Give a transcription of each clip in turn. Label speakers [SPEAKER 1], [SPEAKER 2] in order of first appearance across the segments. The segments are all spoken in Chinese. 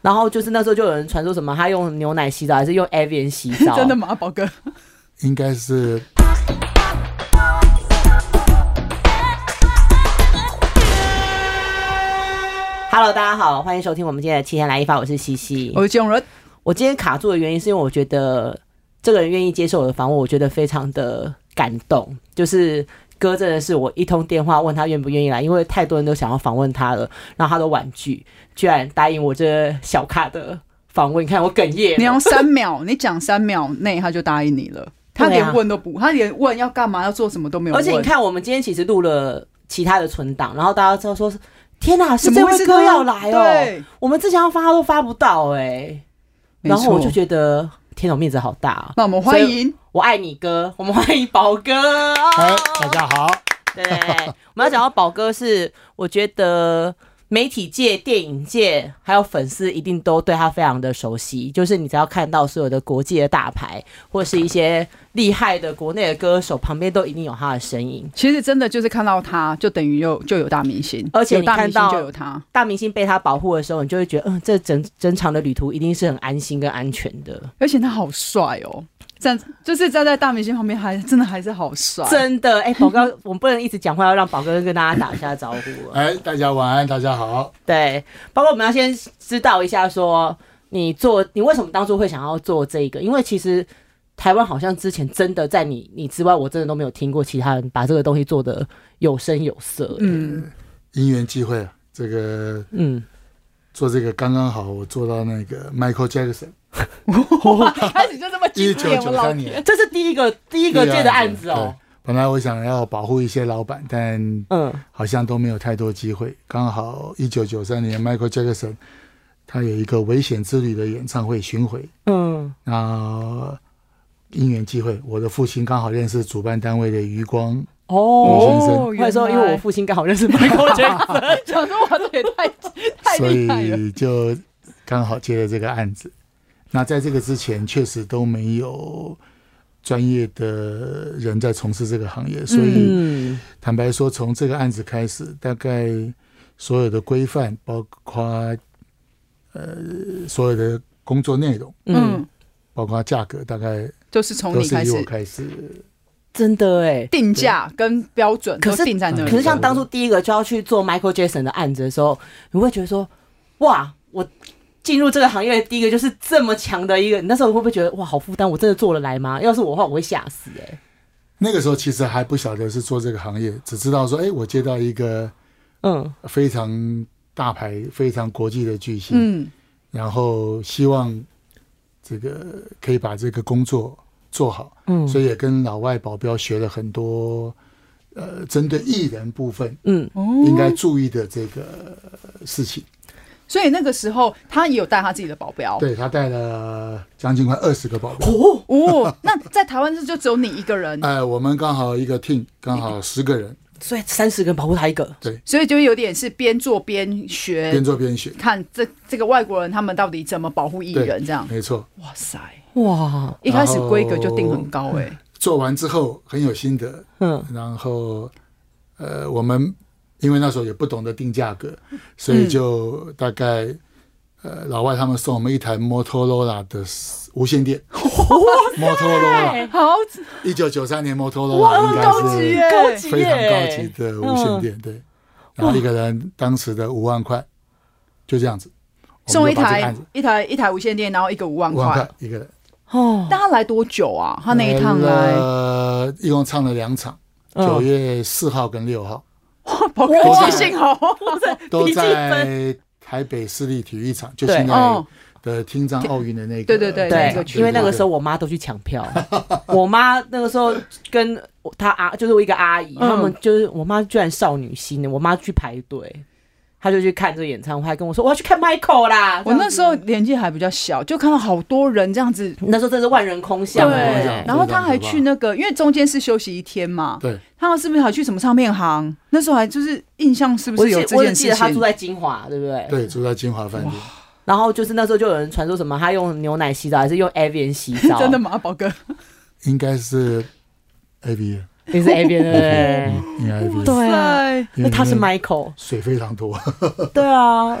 [SPEAKER 1] 然后就是那时候就有人传说什么他用牛奶洗澡，还是用 Avian 洗澡，
[SPEAKER 2] 真的吗，宝哥？
[SPEAKER 3] 应该是
[SPEAKER 1] ？Hello，大家好，欢迎收听我们今天的七天来一发，我是西西。
[SPEAKER 2] 我是金永仁，
[SPEAKER 1] 我今天卡住的原因是因为我觉得这个人愿意接受我的访问，我觉得非常的感动。就是哥真的是我一通电话问他愿不愿意来，因为太多人都想要访问他了，然后他都婉拒，居然答应我这小卡的访问。你看我哽咽了，
[SPEAKER 2] 你用三秒，你讲三秒内他就答应你了，他
[SPEAKER 1] 对啊
[SPEAKER 2] 连问都不，他连问要干嘛要做什么都没有
[SPEAKER 1] 而
[SPEAKER 2] 问。
[SPEAKER 1] 且你看我们今天其实录了其他的存档，然后大家都说天哪、是
[SPEAKER 2] 怎
[SPEAKER 1] 这
[SPEAKER 2] 么会
[SPEAKER 1] 位
[SPEAKER 2] 是
[SPEAKER 1] 哥
[SPEAKER 2] 他
[SPEAKER 1] 要来哦、
[SPEAKER 2] 对，
[SPEAKER 1] 我们之前要发都发不到哎、
[SPEAKER 2] 没
[SPEAKER 1] 然后我
[SPEAKER 2] 错
[SPEAKER 1] 就觉得天哪，我面子好大、啊，
[SPEAKER 2] 那我们欢迎
[SPEAKER 1] 我爱你哥，我们欢迎宝哥。哦
[SPEAKER 3] 哎，大家好，
[SPEAKER 1] 对，我们要讲到宝哥是，我觉得媒体界、电影界还有粉丝一定都对他非常的熟悉。就是你只要看到所有的国际的大牌，或是一些厉害的国内的歌手，旁边都一定有他的身影。
[SPEAKER 2] 其实真的就是看到他，就等于有就有大明星，
[SPEAKER 1] 而且
[SPEAKER 2] 有
[SPEAKER 1] 你
[SPEAKER 2] 大
[SPEAKER 1] 看
[SPEAKER 2] 明星
[SPEAKER 1] 到
[SPEAKER 2] 就有他。
[SPEAKER 1] 大明星被他保护的时候，你就会觉得，嗯，这整整场的旅途一定是很安心跟安全的。
[SPEAKER 2] 而且他好帅哦，站就是站在大明星旁边还，真的还是好帅。
[SPEAKER 1] 真的，哎、宝哥，我们不能一直讲话，要让宝哥跟大家打一下招呼了。啊
[SPEAKER 3] 哎，大家晚安，大家好。
[SPEAKER 1] 对，包括我们要先知道一下说你做你为什么当初会想要做这个，因为其实台湾好像之前真的在你你之外，我真的都没有听过其他人把这个东西做的有声有色。
[SPEAKER 2] 嗯，
[SPEAKER 3] 因缘际会，这个
[SPEAKER 1] 嗯，
[SPEAKER 3] 做这个刚刚好，我做到那个 Michael Jackson，
[SPEAKER 2] 开始就这么激
[SPEAKER 3] 一九
[SPEAKER 2] 烈，
[SPEAKER 3] 九
[SPEAKER 2] 我老
[SPEAKER 3] 三
[SPEAKER 2] 天。
[SPEAKER 3] 年
[SPEAKER 1] 嗯这是第一个第一
[SPEAKER 3] 一
[SPEAKER 1] 个接的案子哦。。
[SPEAKER 3] 对本来我想要保护一些老板，但
[SPEAKER 1] 嗯，
[SPEAKER 3] 好像都没有太多机会。刚好一九九三年 Michael Jackson 他有一个危险之旅的演唱会巡回，
[SPEAKER 1] 嗯
[SPEAKER 3] 那因缘际会，我的父亲刚好认识主办单位的余光，
[SPEAKER 1] 哦，
[SPEAKER 2] 哦，
[SPEAKER 1] 或者说因为我父亲刚好认 识 Michael Jackson，
[SPEAKER 2] 想说我这也太太
[SPEAKER 3] 所
[SPEAKER 2] 厉害了，
[SPEAKER 3] 以就刚好接了这个案子。那在这个之前，确实都没有专业的人在从事这个行业，所以
[SPEAKER 1] 嗯，
[SPEAKER 3] 坦白说，从这个案子开始，大概所有的规范，包括呃所有的工作内容，
[SPEAKER 1] 嗯，
[SPEAKER 2] 嗯，
[SPEAKER 3] 包括价格，大概
[SPEAKER 2] 就是从
[SPEAKER 3] 都
[SPEAKER 2] 你
[SPEAKER 3] 是
[SPEAKER 2] 开
[SPEAKER 3] 以我
[SPEAKER 2] 始
[SPEAKER 3] 开始。
[SPEAKER 1] 真的哎。
[SPEAKER 2] 定价跟标准
[SPEAKER 1] 可
[SPEAKER 2] 都
[SPEAKER 1] 是
[SPEAKER 2] 定在那
[SPEAKER 1] 可是
[SPEAKER 2] 里。
[SPEAKER 1] 像当初第一个就要去做 Michael Jackson 的案子的时候，你会觉得说，哇，我进入这个行业的第一个就是这么强的一个，你那时候会不会觉得哇，好负担，我真的做得来吗？要是我的话，我会吓死哎、
[SPEAKER 3] 那个时候其实还不晓得是做这个行业，只知道说，哎，我接到一个
[SPEAKER 1] 嗯
[SPEAKER 3] 非常大牌、非常国际的巨星，
[SPEAKER 2] 嗯，
[SPEAKER 3] 然后希望这个可以把这个工作做好，
[SPEAKER 1] 嗯
[SPEAKER 3] 所以也跟老外保镖学了很多，呃，针对艺人部分
[SPEAKER 1] 嗯，
[SPEAKER 3] 应该注意的这个呃事情。
[SPEAKER 2] 所以那个时候他也有带他自己的保镖。
[SPEAKER 3] 对他带了将近快二十个保镖，
[SPEAKER 1] 哦，
[SPEAKER 2] 哦，那在台湾这就只有你一个人，
[SPEAKER 3] 哎、我们刚好一个 team 刚好十个人，
[SPEAKER 1] 所以三十个人保护他一个，
[SPEAKER 2] 所以就有点是边做边学
[SPEAKER 3] 边，做边学，
[SPEAKER 2] 看这这个外国人他们到底怎么保护艺人这样。
[SPEAKER 3] 没错。
[SPEAKER 2] 哇塞，
[SPEAKER 1] 哇，
[SPEAKER 2] 一开始规格就定很高哎、
[SPEAKER 3] 做完之后很有心得，
[SPEAKER 1] 嗯
[SPEAKER 3] 然后呃，我们因为那时候也不懂得定价格，
[SPEAKER 2] 嗯
[SPEAKER 3] 所以就大概、呃，老外他们送我们一台 Motorola 的无线电，Motorola
[SPEAKER 1] 哎
[SPEAKER 2] 好
[SPEAKER 3] 一九九三年 Motorola 嗯应
[SPEAKER 2] 高级耶
[SPEAKER 3] 该、
[SPEAKER 1] 高
[SPEAKER 3] 是
[SPEAKER 1] 级
[SPEAKER 3] 非
[SPEAKER 1] 耶，
[SPEAKER 3] 常高级的无线电，对，然后一个人当时的五万块，就这样子，我
[SPEAKER 2] 送
[SPEAKER 3] 们
[SPEAKER 2] 一
[SPEAKER 3] 就把这个
[SPEAKER 2] 台
[SPEAKER 3] 案子
[SPEAKER 2] 一台一台无线电，然后一个五万
[SPEAKER 3] 五万
[SPEAKER 2] 块
[SPEAKER 3] 块。一个人，
[SPEAKER 1] 哦，
[SPEAKER 2] 但他来多久啊？他那一趟来，
[SPEAKER 3] 呃，一共唱了两场，
[SPEAKER 1] 嗯
[SPEAKER 3] 九月四号跟六号。
[SPEAKER 2] 宝哥
[SPEAKER 3] 哇
[SPEAKER 2] 记性 好
[SPEAKER 3] 都
[SPEAKER 1] 笔记
[SPEAKER 3] 在台北市立体育场，就
[SPEAKER 1] 对
[SPEAKER 3] 现在
[SPEAKER 2] 哦，
[SPEAKER 3] 的厅长奥运的那个，
[SPEAKER 2] 对对对
[SPEAKER 1] 对
[SPEAKER 2] 那个，
[SPEAKER 1] 因为那个时候我妈都去抢票， 我妈那个时候跟我她阿就是我一个阿姨，
[SPEAKER 2] 嗯
[SPEAKER 1] 他们就是我妈居然少女心的，我妈去排队，她就去看这个演唱会，还跟我说我要去看 Michael 啦。
[SPEAKER 2] 我那时
[SPEAKER 1] 候
[SPEAKER 2] 候年纪还比较小，就看到好多人这样子。
[SPEAKER 1] 那时候真是万人空
[SPEAKER 2] 对
[SPEAKER 1] 巷，
[SPEAKER 3] 这样
[SPEAKER 1] 哎
[SPEAKER 3] 子
[SPEAKER 2] 然后他还去那个，因为中间是休息一天嘛，
[SPEAKER 3] 对
[SPEAKER 2] 他是不是还去什么唱片行？那时候还就是印象是不
[SPEAKER 1] 我
[SPEAKER 2] 是
[SPEAKER 1] 记
[SPEAKER 2] 有这
[SPEAKER 1] 我只
[SPEAKER 2] 件
[SPEAKER 1] 记
[SPEAKER 2] 事
[SPEAKER 1] 得她住
[SPEAKER 2] 情？
[SPEAKER 1] 在金华，对不对？
[SPEAKER 3] 对住在金华饭店，
[SPEAKER 1] 然后就是那时候就有人传说什么她用牛奶洗澡， 还是用 Avian 洗澡？
[SPEAKER 2] 真的？吗，宝哥？
[SPEAKER 3] 应该是 A B，
[SPEAKER 1] 你是 Avian 对不对？
[SPEAKER 3] 应该 A B，
[SPEAKER 1] 对啊，
[SPEAKER 2] 对，
[SPEAKER 3] 因
[SPEAKER 1] 那
[SPEAKER 3] 为
[SPEAKER 1] 他是哦
[SPEAKER 3] 里面
[SPEAKER 1] Michael，
[SPEAKER 3] 水非常多，
[SPEAKER 1] 对啊，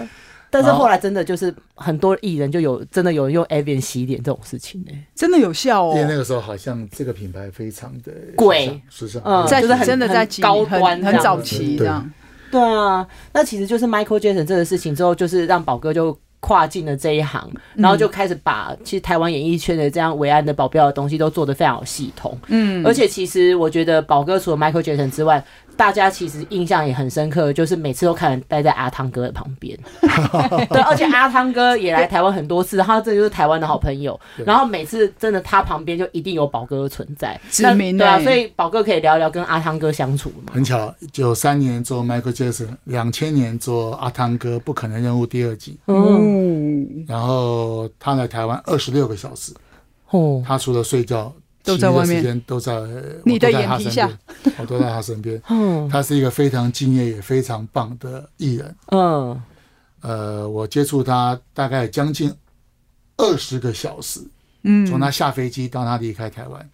[SPEAKER 1] 但是后来真的就是很多艺人就有真的有人用 Avian 洗脸这种事情欸呢、
[SPEAKER 2] 真的有效
[SPEAKER 3] 因为那
[SPEAKER 2] 哦，
[SPEAKER 3] 个时候好像这个品牌非常的
[SPEAKER 1] 贵
[SPEAKER 3] 时尚，时尚
[SPEAKER 1] 嗯
[SPEAKER 2] 在
[SPEAKER 1] 就是很
[SPEAKER 2] 真的在
[SPEAKER 1] 很
[SPEAKER 2] 起
[SPEAKER 1] 高
[SPEAKER 2] 很
[SPEAKER 1] 端这
[SPEAKER 2] 很
[SPEAKER 1] 样
[SPEAKER 2] 早
[SPEAKER 3] 子
[SPEAKER 2] 期这
[SPEAKER 3] 对
[SPEAKER 2] 样，
[SPEAKER 1] 对啊，那其实就是 Michael Jackson 这个事情之后，就是让宝哥就跨进了这一行，然后就开始把其实台湾演艺圈的这样维安的保镖的东西都做得非常有系统。
[SPEAKER 2] 嗯，
[SPEAKER 1] 而且其实我觉得宝哥除了 Michael Jackson 之外，大家其实印象也很深刻，就是每次都看人待在阿汤哥的旁边。对，而且阿汤哥也来台湾很多次，他这就是台湾的好朋友。
[SPEAKER 3] 对
[SPEAKER 1] 然后每次真的他旁边就一定有宝哥的存在，
[SPEAKER 2] 知
[SPEAKER 1] 那
[SPEAKER 2] 名
[SPEAKER 1] 对啊，
[SPEAKER 2] 欸
[SPEAKER 1] 所以宝哥可以聊聊跟阿汤哥相处嘛。
[SPEAKER 3] 很巧，九三年做 Michael Jackson，两千年做阿汤哥《不可能任务》第二季，
[SPEAKER 1] 嗯，
[SPEAKER 2] 嗯，
[SPEAKER 3] 然后他来台湾二十六个小时，
[SPEAKER 1] 哦，
[SPEAKER 3] 他除了睡觉，
[SPEAKER 2] 都
[SPEAKER 3] 其
[SPEAKER 2] 在
[SPEAKER 3] 余
[SPEAKER 2] 外面
[SPEAKER 3] 时间都在
[SPEAKER 2] 你的
[SPEAKER 3] 我都在他
[SPEAKER 2] 眼皮
[SPEAKER 3] 身
[SPEAKER 2] 下哦
[SPEAKER 3] 边，我都在他身 边。
[SPEAKER 1] 嗯
[SPEAKER 3] 他是一个非常敬业也非常棒的艺人。
[SPEAKER 1] 嗯。
[SPEAKER 3] 呃，我接触他大概将近二十个小时，
[SPEAKER 2] 嗯
[SPEAKER 3] 从他下飞机到他离开台湾，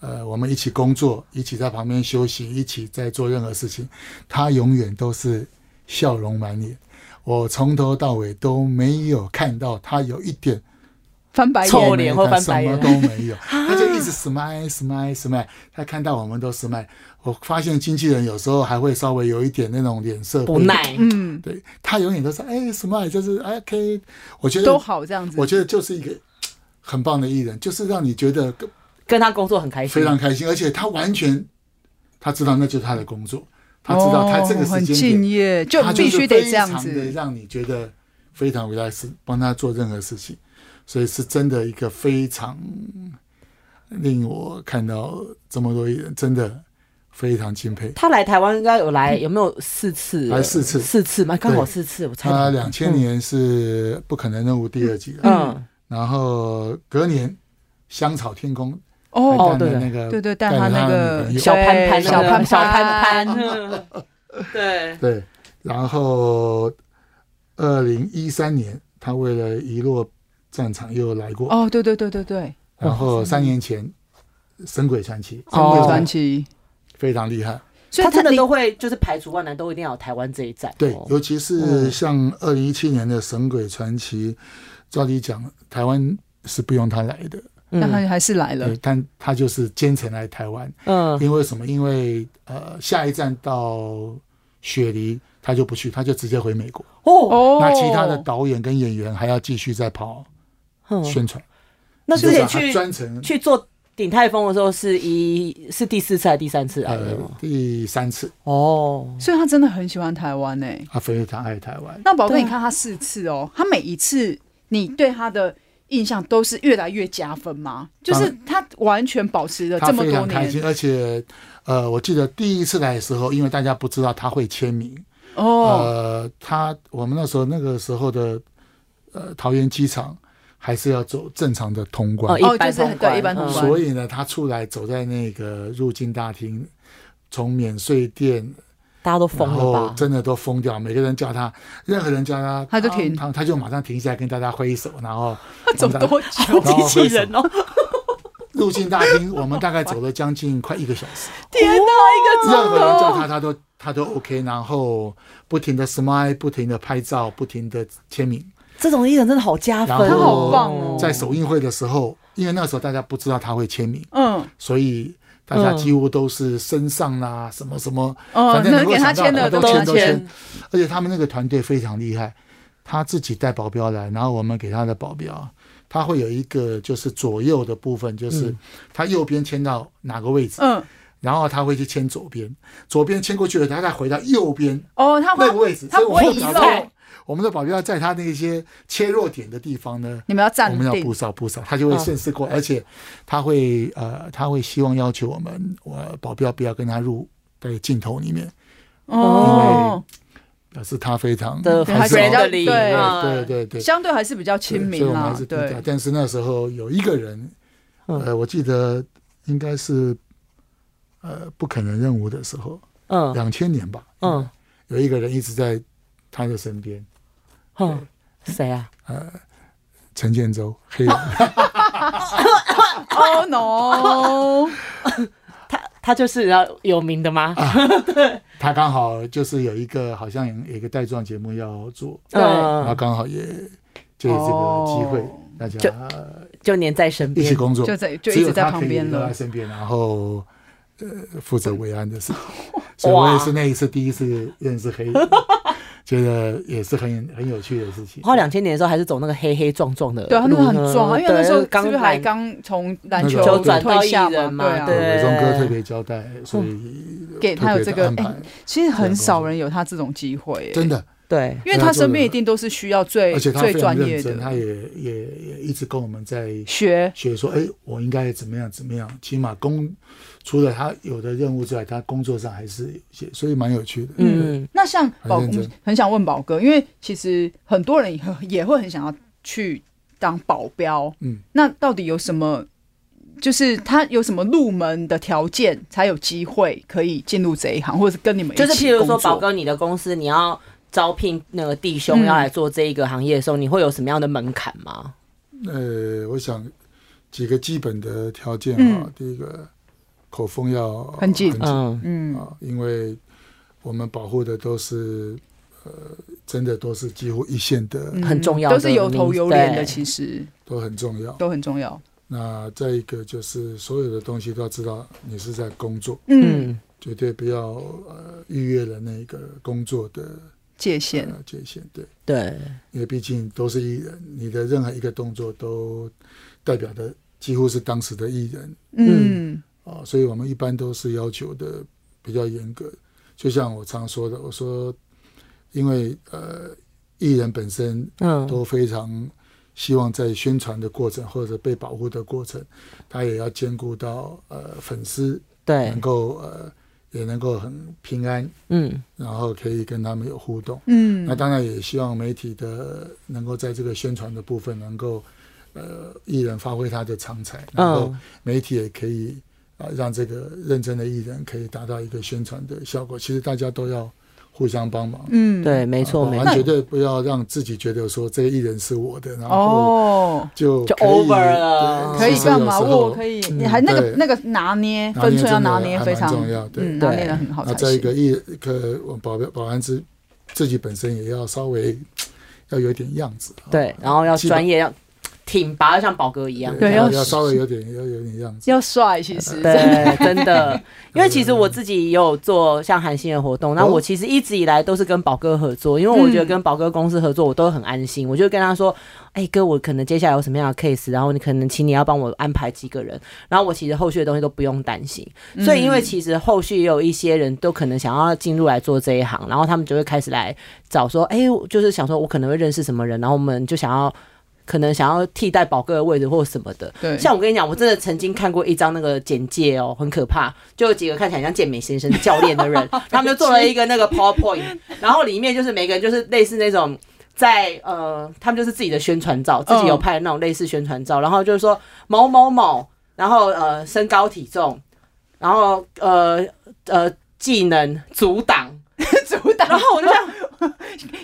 [SPEAKER 3] 呃，我们一起工作，一起在旁边休息，一起在做任何事情，他永远都是笑容满脸。我从头到尾都没有看到他有一点
[SPEAKER 2] 翻白
[SPEAKER 1] 臭
[SPEAKER 2] 眼，
[SPEAKER 1] 脸或翻白眼
[SPEAKER 3] 什么都 没有，他就一直 smile smile smile。他看到我们都 smile，我发现经纪人有时候还会稍微有一点那种脸色
[SPEAKER 1] 不耐，
[SPEAKER 2] 嗯，
[SPEAKER 3] 对他永远都是哎 smile，就是哎可以。我觉
[SPEAKER 2] 都
[SPEAKER 3] 得
[SPEAKER 2] 好这样子，
[SPEAKER 3] 我觉得就是一个很棒的艺人，就是让你觉得
[SPEAKER 1] 跟他工作很开心
[SPEAKER 3] 非。常开心，而且他完全他知道那就是他的工作，他知道他这个
[SPEAKER 2] 哦很
[SPEAKER 3] 时间
[SPEAKER 2] 敬
[SPEAKER 3] 点，
[SPEAKER 2] 业，就
[SPEAKER 3] 他
[SPEAKER 2] 必
[SPEAKER 3] 是
[SPEAKER 2] 须得
[SPEAKER 3] 非
[SPEAKER 2] 这样
[SPEAKER 3] 常的
[SPEAKER 2] 子，
[SPEAKER 3] 让你觉得非常 relax，帮他做任何事情，所以是真的一个非常令我看到这么多艺人，真的非常敬佩。
[SPEAKER 1] 他来台湾应该有来，有没有四次？
[SPEAKER 3] 来四次
[SPEAKER 1] 四次嘛，刚好四次，我猜到。
[SPEAKER 3] 他两
[SPEAKER 2] 嗯
[SPEAKER 3] 千年是《不可能任务》第二季了，
[SPEAKER 1] 嗯，
[SPEAKER 3] 然后隔年香草天空
[SPEAKER 2] 哦，
[SPEAKER 3] 带的
[SPEAKER 1] 对
[SPEAKER 3] 那个
[SPEAKER 2] 对对，但他
[SPEAKER 3] 带
[SPEAKER 2] 那
[SPEAKER 3] 着
[SPEAKER 2] 个
[SPEAKER 3] 的女朋友
[SPEAKER 1] 小潘潘，
[SPEAKER 2] 对小潘
[SPEAKER 1] 小潘潘，嗯对，
[SPEAKER 3] 对，然后二零一三年他为了遗落战场又来过，
[SPEAKER 2] 哦，对对对对对，
[SPEAKER 3] 然后三年前《神鬼传奇》，
[SPEAKER 1] 哦
[SPEAKER 3] 神鬼
[SPEAKER 2] 传
[SPEAKER 3] 传奇
[SPEAKER 2] 奇，
[SPEAKER 3] 非常厉害，
[SPEAKER 2] 所以
[SPEAKER 1] 他真的
[SPEAKER 2] 你
[SPEAKER 1] 都会就是排除万难，都一定要有台湾这一站。
[SPEAKER 3] 对
[SPEAKER 1] 哦，
[SPEAKER 3] 尤其是像二零一七年的《神鬼传奇》，照理讲台湾是不用他来的，
[SPEAKER 2] 但
[SPEAKER 1] 嗯
[SPEAKER 2] 他还是来了
[SPEAKER 3] 对，，但他就是兼程来台湾，
[SPEAKER 1] 嗯
[SPEAKER 3] 因为什么？因为呃，下一站到雪梨他就不去，他就直接回美国，
[SPEAKER 1] 哦，
[SPEAKER 2] 哦，
[SPEAKER 3] 那其他的导演跟演员还要继续再跑
[SPEAKER 1] 嗯
[SPEAKER 3] 宣传。
[SPEAKER 1] 那之
[SPEAKER 3] 就是
[SPEAKER 1] 前
[SPEAKER 3] 他
[SPEAKER 1] 去
[SPEAKER 3] 专程
[SPEAKER 1] 去做鼎泰丰的时候，是一是第四次还是第三次啊来
[SPEAKER 3] 呃
[SPEAKER 1] 的吗？
[SPEAKER 3] 第三次，
[SPEAKER 1] 哦，
[SPEAKER 2] 所以他真的很喜欢台湾诶、
[SPEAKER 3] 他非常爱台湾。
[SPEAKER 2] 那宝哥，
[SPEAKER 1] 对啊
[SPEAKER 2] 你看他四次哦，他每一次你对他的印象都是越来越加分吗？就是他完全保持了
[SPEAKER 3] 他
[SPEAKER 2] 这么
[SPEAKER 3] 非
[SPEAKER 2] 多
[SPEAKER 3] 常开
[SPEAKER 2] 年
[SPEAKER 3] 心，而且，呃，我记得第一次来的时候，因为大家不知道他会签名，
[SPEAKER 2] 哦，
[SPEAKER 3] 呃，他我们那时候那个时候的，呃，桃园机场还是要走正常的通关，
[SPEAKER 1] 哦
[SPEAKER 2] 哦
[SPEAKER 1] 一般
[SPEAKER 2] 就是
[SPEAKER 1] 通
[SPEAKER 2] 对
[SPEAKER 1] 关
[SPEAKER 2] 一般通
[SPEAKER 1] 嗯
[SPEAKER 2] 关
[SPEAKER 3] 呃所以呢，他出来走在那个入境大厅，从免税店，
[SPEAKER 1] 大家都
[SPEAKER 3] 然
[SPEAKER 1] 疯了
[SPEAKER 3] 后
[SPEAKER 1] 吧？
[SPEAKER 3] 真的都疯掉，每个人叫他，任何人叫他，
[SPEAKER 2] 他就停
[SPEAKER 3] 他他就马上停下来跟大家挥手，然后
[SPEAKER 2] 他走多久？
[SPEAKER 3] 然
[SPEAKER 1] 机
[SPEAKER 3] 后
[SPEAKER 1] 器
[SPEAKER 3] 挥手
[SPEAKER 1] 人哦，
[SPEAKER 3] 入境大厅，我们大概走了将近快一个小时，
[SPEAKER 2] 天
[SPEAKER 1] 哦
[SPEAKER 2] 哪，一个
[SPEAKER 3] 任何
[SPEAKER 2] 钟
[SPEAKER 3] 人叫
[SPEAKER 2] 头！
[SPEAKER 3] 他，他都他都 OK，然后不停的 smile，不停的拍照，不停的签名。
[SPEAKER 1] 这种艺人真的好加分哦，
[SPEAKER 3] 然后他啊好
[SPEAKER 2] 啊棒哦
[SPEAKER 3] 在首映会的时候，因为那时候大家不知道他会签名，
[SPEAKER 2] 嗯
[SPEAKER 3] 所以大家
[SPEAKER 1] 嗯
[SPEAKER 3] 几乎都是身上啦、什么什么，
[SPEAKER 2] 哦，
[SPEAKER 3] 反正
[SPEAKER 2] 能
[SPEAKER 3] 能够
[SPEAKER 2] 给他
[SPEAKER 3] 想到
[SPEAKER 2] 签
[SPEAKER 3] 的
[SPEAKER 2] 的
[SPEAKER 3] 都
[SPEAKER 1] 啊都
[SPEAKER 3] 签
[SPEAKER 1] 都
[SPEAKER 3] 都
[SPEAKER 1] 签
[SPEAKER 3] 签。而且他们那个团队非常厉害，他自己带保镖来，然后我们给他的保镖。他会有一个就是左右的部分，就是
[SPEAKER 1] 嗯
[SPEAKER 3] 他右边签到哪个位置，
[SPEAKER 2] 嗯，
[SPEAKER 3] 然后他会去牵左边，左边牵过去了，他再回到右边
[SPEAKER 2] 哦，他
[SPEAKER 3] 那
[SPEAKER 2] 会
[SPEAKER 3] 个位置，
[SPEAKER 2] 他
[SPEAKER 3] 所以
[SPEAKER 2] 不
[SPEAKER 3] 我
[SPEAKER 2] 会
[SPEAKER 3] 们
[SPEAKER 2] 移
[SPEAKER 3] 的保
[SPEAKER 2] 动
[SPEAKER 3] 镖，，我们的保镖在他那些切弱点的地方呢，
[SPEAKER 2] 你们要
[SPEAKER 3] 我
[SPEAKER 2] 站
[SPEAKER 3] 们要
[SPEAKER 2] 定
[SPEAKER 3] 布。少布少，他就会顺势过，而且他会呃，他会希望要求我们，我保镖不要跟他入在镜头里面，
[SPEAKER 2] 哦，
[SPEAKER 3] 表示他非常
[SPEAKER 1] 的
[SPEAKER 2] 对还是
[SPEAKER 1] friendly，
[SPEAKER 2] 比较对
[SPEAKER 1] 嗯
[SPEAKER 3] 对对对，
[SPEAKER 2] 相对还是比较亲
[SPEAKER 3] 所以
[SPEAKER 2] 民
[SPEAKER 3] 我们
[SPEAKER 2] 啦
[SPEAKER 3] 还是，低调
[SPEAKER 2] 对。嗯
[SPEAKER 3] 但是那时候有一个人，呃，我记得应该是呃不可能任务的时候，
[SPEAKER 1] 嗯
[SPEAKER 3] 两千年吧，
[SPEAKER 1] 嗯
[SPEAKER 3] 有一个人一直在他的身边，
[SPEAKER 1] 嗯，谁啊？
[SPEAKER 3] 陈建州，黑人，
[SPEAKER 2] Oh no！
[SPEAKER 1] 他就是要有名的吗？
[SPEAKER 3] 啊他刚好就是有一个好像有一个带状节目要做，
[SPEAKER 2] 对
[SPEAKER 3] 然后
[SPEAKER 1] 嗯，
[SPEAKER 3] 刚好也借这个机会
[SPEAKER 2] 哦，
[SPEAKER 3] 大家
[SPEAKER 1] 就就黏在身
[SPEAKER 3] 一起
[SPEAKER 1] 边。
[SPEAKER 3] 工作，
[SPEAKER 2] 就在就
[SPEAKER 3] 只
[SPEAKER 2] 一
[SPEAKER 3] 有
[SPEAKER 2] 直在
[SPEAKER 3] 他可
[SPEAKER 2] 旁
[SPEAKER 3] 以
[SPEAKER 2] 边
[SPEAKER 3] 留
[SPEAKER 2] 了
[SPEAKER 3] 在。身边，然后呃负责维安 的事，所以我也是那一次第一次认识黑人，觉得也是很很有趣的事情。
[SPEAKER 1] 然后两千年的时候还是走那个黑黑壮壮的，
[SPEAKER 2] 对啊，他那时候很
[SPEAKER 1] 嗯
[SPEAKER 2] 壮啊，因为那时候
[SPEAKER 1] 刚
[SPEAKER 2] 是不是还刚从篮
[SPEAKER 3] 那时
[SPEAKER 2] 球
[SPEAKER 3] 候转
[SPEAKER 1] 到
[SPEAKER 2] 退下
[SPEAKER 1] 艺人嘛
[SPEAKER 2] 对啊，
[SPEAKER 1] 对
[SPEAKER 3] 伟忠哥特别交代，所以
[SPEAKER 2] 给嗯他有这个哎
[SPEAKER 3] 特别的安排
[SPEAKER 2] 其实很少人有他这种机会、
[SPEAKER 3] 真
[SPEAKER 2] 的，
[SPEAKER 3] 的，
[SPEAKER 1] 对，
[SPEAKER 2] 因为他身边一定都是需要最
[SPEAKER 3] 而且他
[SPEAKER 2] 最
[SPEAKER 3] 非
[SPEAKER 2] 专
[SPEAKER 3] 常认
[SPEAKER 2] 业
[SPEAKER 3] 真，他
[SPEAKER 2] 的
[SPEAKER 3] 也也也一直跟我们在
[SPEAKER 2] 学，
[SPEAKER 3] 学说，哎，我应该怎么样怎么样，起码工除了他有的任务之外，他工作上还是有一些，所以蛮有趣的。
[SPEAKER 1] 嗯，
[SPEAKER 2] 那像宝，
[SPEAKER 3] 很认真
[SPEAKER 2] 嗯很想问宝哥，因为其实很多人也 也会很想要去当保镖，
[SPEAKER 3] 嗯，
[SPEAKER 2] 那到底有什么？就是他有什么入门的条件才有机会可以进入这一行，或者是跟你们一
[SPEAKER 1] 就是
[SPEAKER 2] 起
[SPEAKER 1] 譬如说
[SPEAKER 2] 工作
[SPEAKER 1] 宝，哥，你的公司你要招聘那个弟兄
[SPEAKER 2] 嗯
[SPEAKER 1] 要来做这一个行业的时候，你会有什么样的门槛吗？
[SPEAKER 3] 呃，我想几个基本的条件啊，
[SPEAKER 2] 嗯
[SPEAKER 3] 第一个口风要
[SPEAKER 2] 很紧
[SPEAKER 1] 嗯
[SPEAKER 2] 嗯
[SPEAKER 3] 啊，因为我们保护的都是呃，真的都是几乎一线的，
[SPEAKER 2] 嗯
[SPEAKER 1] 很重要的
[SPEAKER 2] 都是有头有脸的，
[SPEAKER 1] 对
[SPEAKER 2] 其实
[SPEAKER 3] 都很重要。
[SPEAKER 2] 都很重要。
[SPEAKER 3] 那再一个就是所有的东西都要知道你是在工作，
[SPEAKER 2] 嗯，
[SPEAKER 1] 嗯
[SPEAKER 3] 绝对不要呃逾越了那个工作的
[SPEAKER 2] 界限，
[SPEAKER 3] 呃界限。对，
[SPEAKER 1] 对，
[SPEAKER 3] 因为毕竟都是艺人，你的任何一个动作都代表的几乎是当时的艺人
[SPEAKER 2] 嗯
[SPEAKER 3] 啊、所以我们一般都是要求的比较严格。就像我常说的，我说因为呃艺人本身
[SPEAKER 1] 嗯，
[SPEAKER 3] 都非常希望在宣传的过程或者被保护的过程，他也要兼顾到呃粉丝
[SPEAKER 1] 对
[SPEAKER 3] 能，够呃也能够很平安，
[SPEAKER 1] 嗯
[SPEAKER 3] 然后可以跟他们有互动。
[SPEAKER 2] 嗯
[SPEAKER 3] 那当然也希望媒体的能够在这个宣传的部分能够呃艺人发挥他的长才，然后
[SPEAKER 1] 嗯
[SPEAKER 3] 媒体也可以啊、呃让这个认真的艺人可以达到一个宣传的效果。其实大家都要互相帮忙。
[SPEAKER 2] 嗯，
[SPEAKER 1] 对，没错
[SPEAKER 3] 啊
[SPEAKER 1] 没
[SPEAKER 3] 保
[SPEAKER 1] 错
[SPEAKER 3] 安，绝对不要让自己觉得说这个艺人是我的，然后
[SPEAKER 2] 哦，
[SPEAKER 3] 就
[SPEAKER 1] 就
[SPEAKER 3] 可以
[SPEAKER 1] over 了
[SPEAKER 3] 对
[SPEAKER 2] 可以
[SPEAKER 3] 其实
[SPEAKER 2] 干
[SPEAKER 3] 有
[SPEAKER 2] 嘛？
[SPEAKER 3] 时
[SPEAKER 2] 我
[SPEAKER 3] 候
[SPEAKER 2] 可以，
[SPEAKER 1] 嗯
[SPEAKER 2] 你还那个
[SPEAKER 3] 对
[SPEAKER 2] 那个拿捏
[SPEAKER 3] 拿捏
[SPEAKER 2] 分寸要
[SPEAKER 3] 真的
[SPEAKER 2] 拿捏
[SPEAKER 3] 还
[SPEAKER 2] 非
[SPEAKER 3] 蛮
[SPEAKER 2] 常
[SPEAKER 3] 重要对
[SPEAKER 2] 嗯，拿
[SPEAKER 1] 对
[SPEAKER 2] 捏的很好
[SPEAKER 3] 那
[SPEAKER 2] 才
[SPEAKER 3] 再一个
[SPEAKER 2] 行。
[SPEAKER 3] 艺可我保镖保安自自己本身也要稍微要有一点样子，啊
[SPEAKER 1] 对，然后要
[SPEAKER 3] 基本
[SPEAKER 1] 专业，要挺拔，像宝哥一样，
[SPEAKER 2] 对
[SPEAKER 3] 要
[SPEAKER 2] 要
[SPEAKER 3] 要稍微有点要有点样子。
[SPEAKER 2] 要帅，其实
[SPEAKER 1] 呃 对，真的，因为其实我自己也有做像韩星的活动，那我其实一直以来都是跟宝哥合作，因为我觉得跟宝哥公司合作我都很安心，我就跟他说，哎、哥，我可能接下来有什么样的 case，然后你可能请你要帮我安排几个人，然后我其实后续的东西都不用担心，
[SPEAKER 2] 嗯
[SPEAKER 1] 所以因为其实后续也有一些人都可能想要进入来做这一行，然后他们就会开始来找说，哎、就是想说我可能会认识什么人，然后我们就想要。可能想要替代宝哥的位置或什么的，
[SPEAKER 2] 对，
[SPEAKER 1] 像我跟你讲，我真的曾经看过一张那个简介哦，很可怕，就有几个看起来像健美先生教练的 人，他们就做了一个那个 PowerPoint，然后里面就是每个人就是类似那种。在呃，他们就是自己的宣传照，自己有拍那种类似宣传照，然后就是说某某某，然后呃身高体重，然后呃呃技能阻挡，
[SPEAKER 2] 阻挡，
[SPEAKER 1] 然后我就想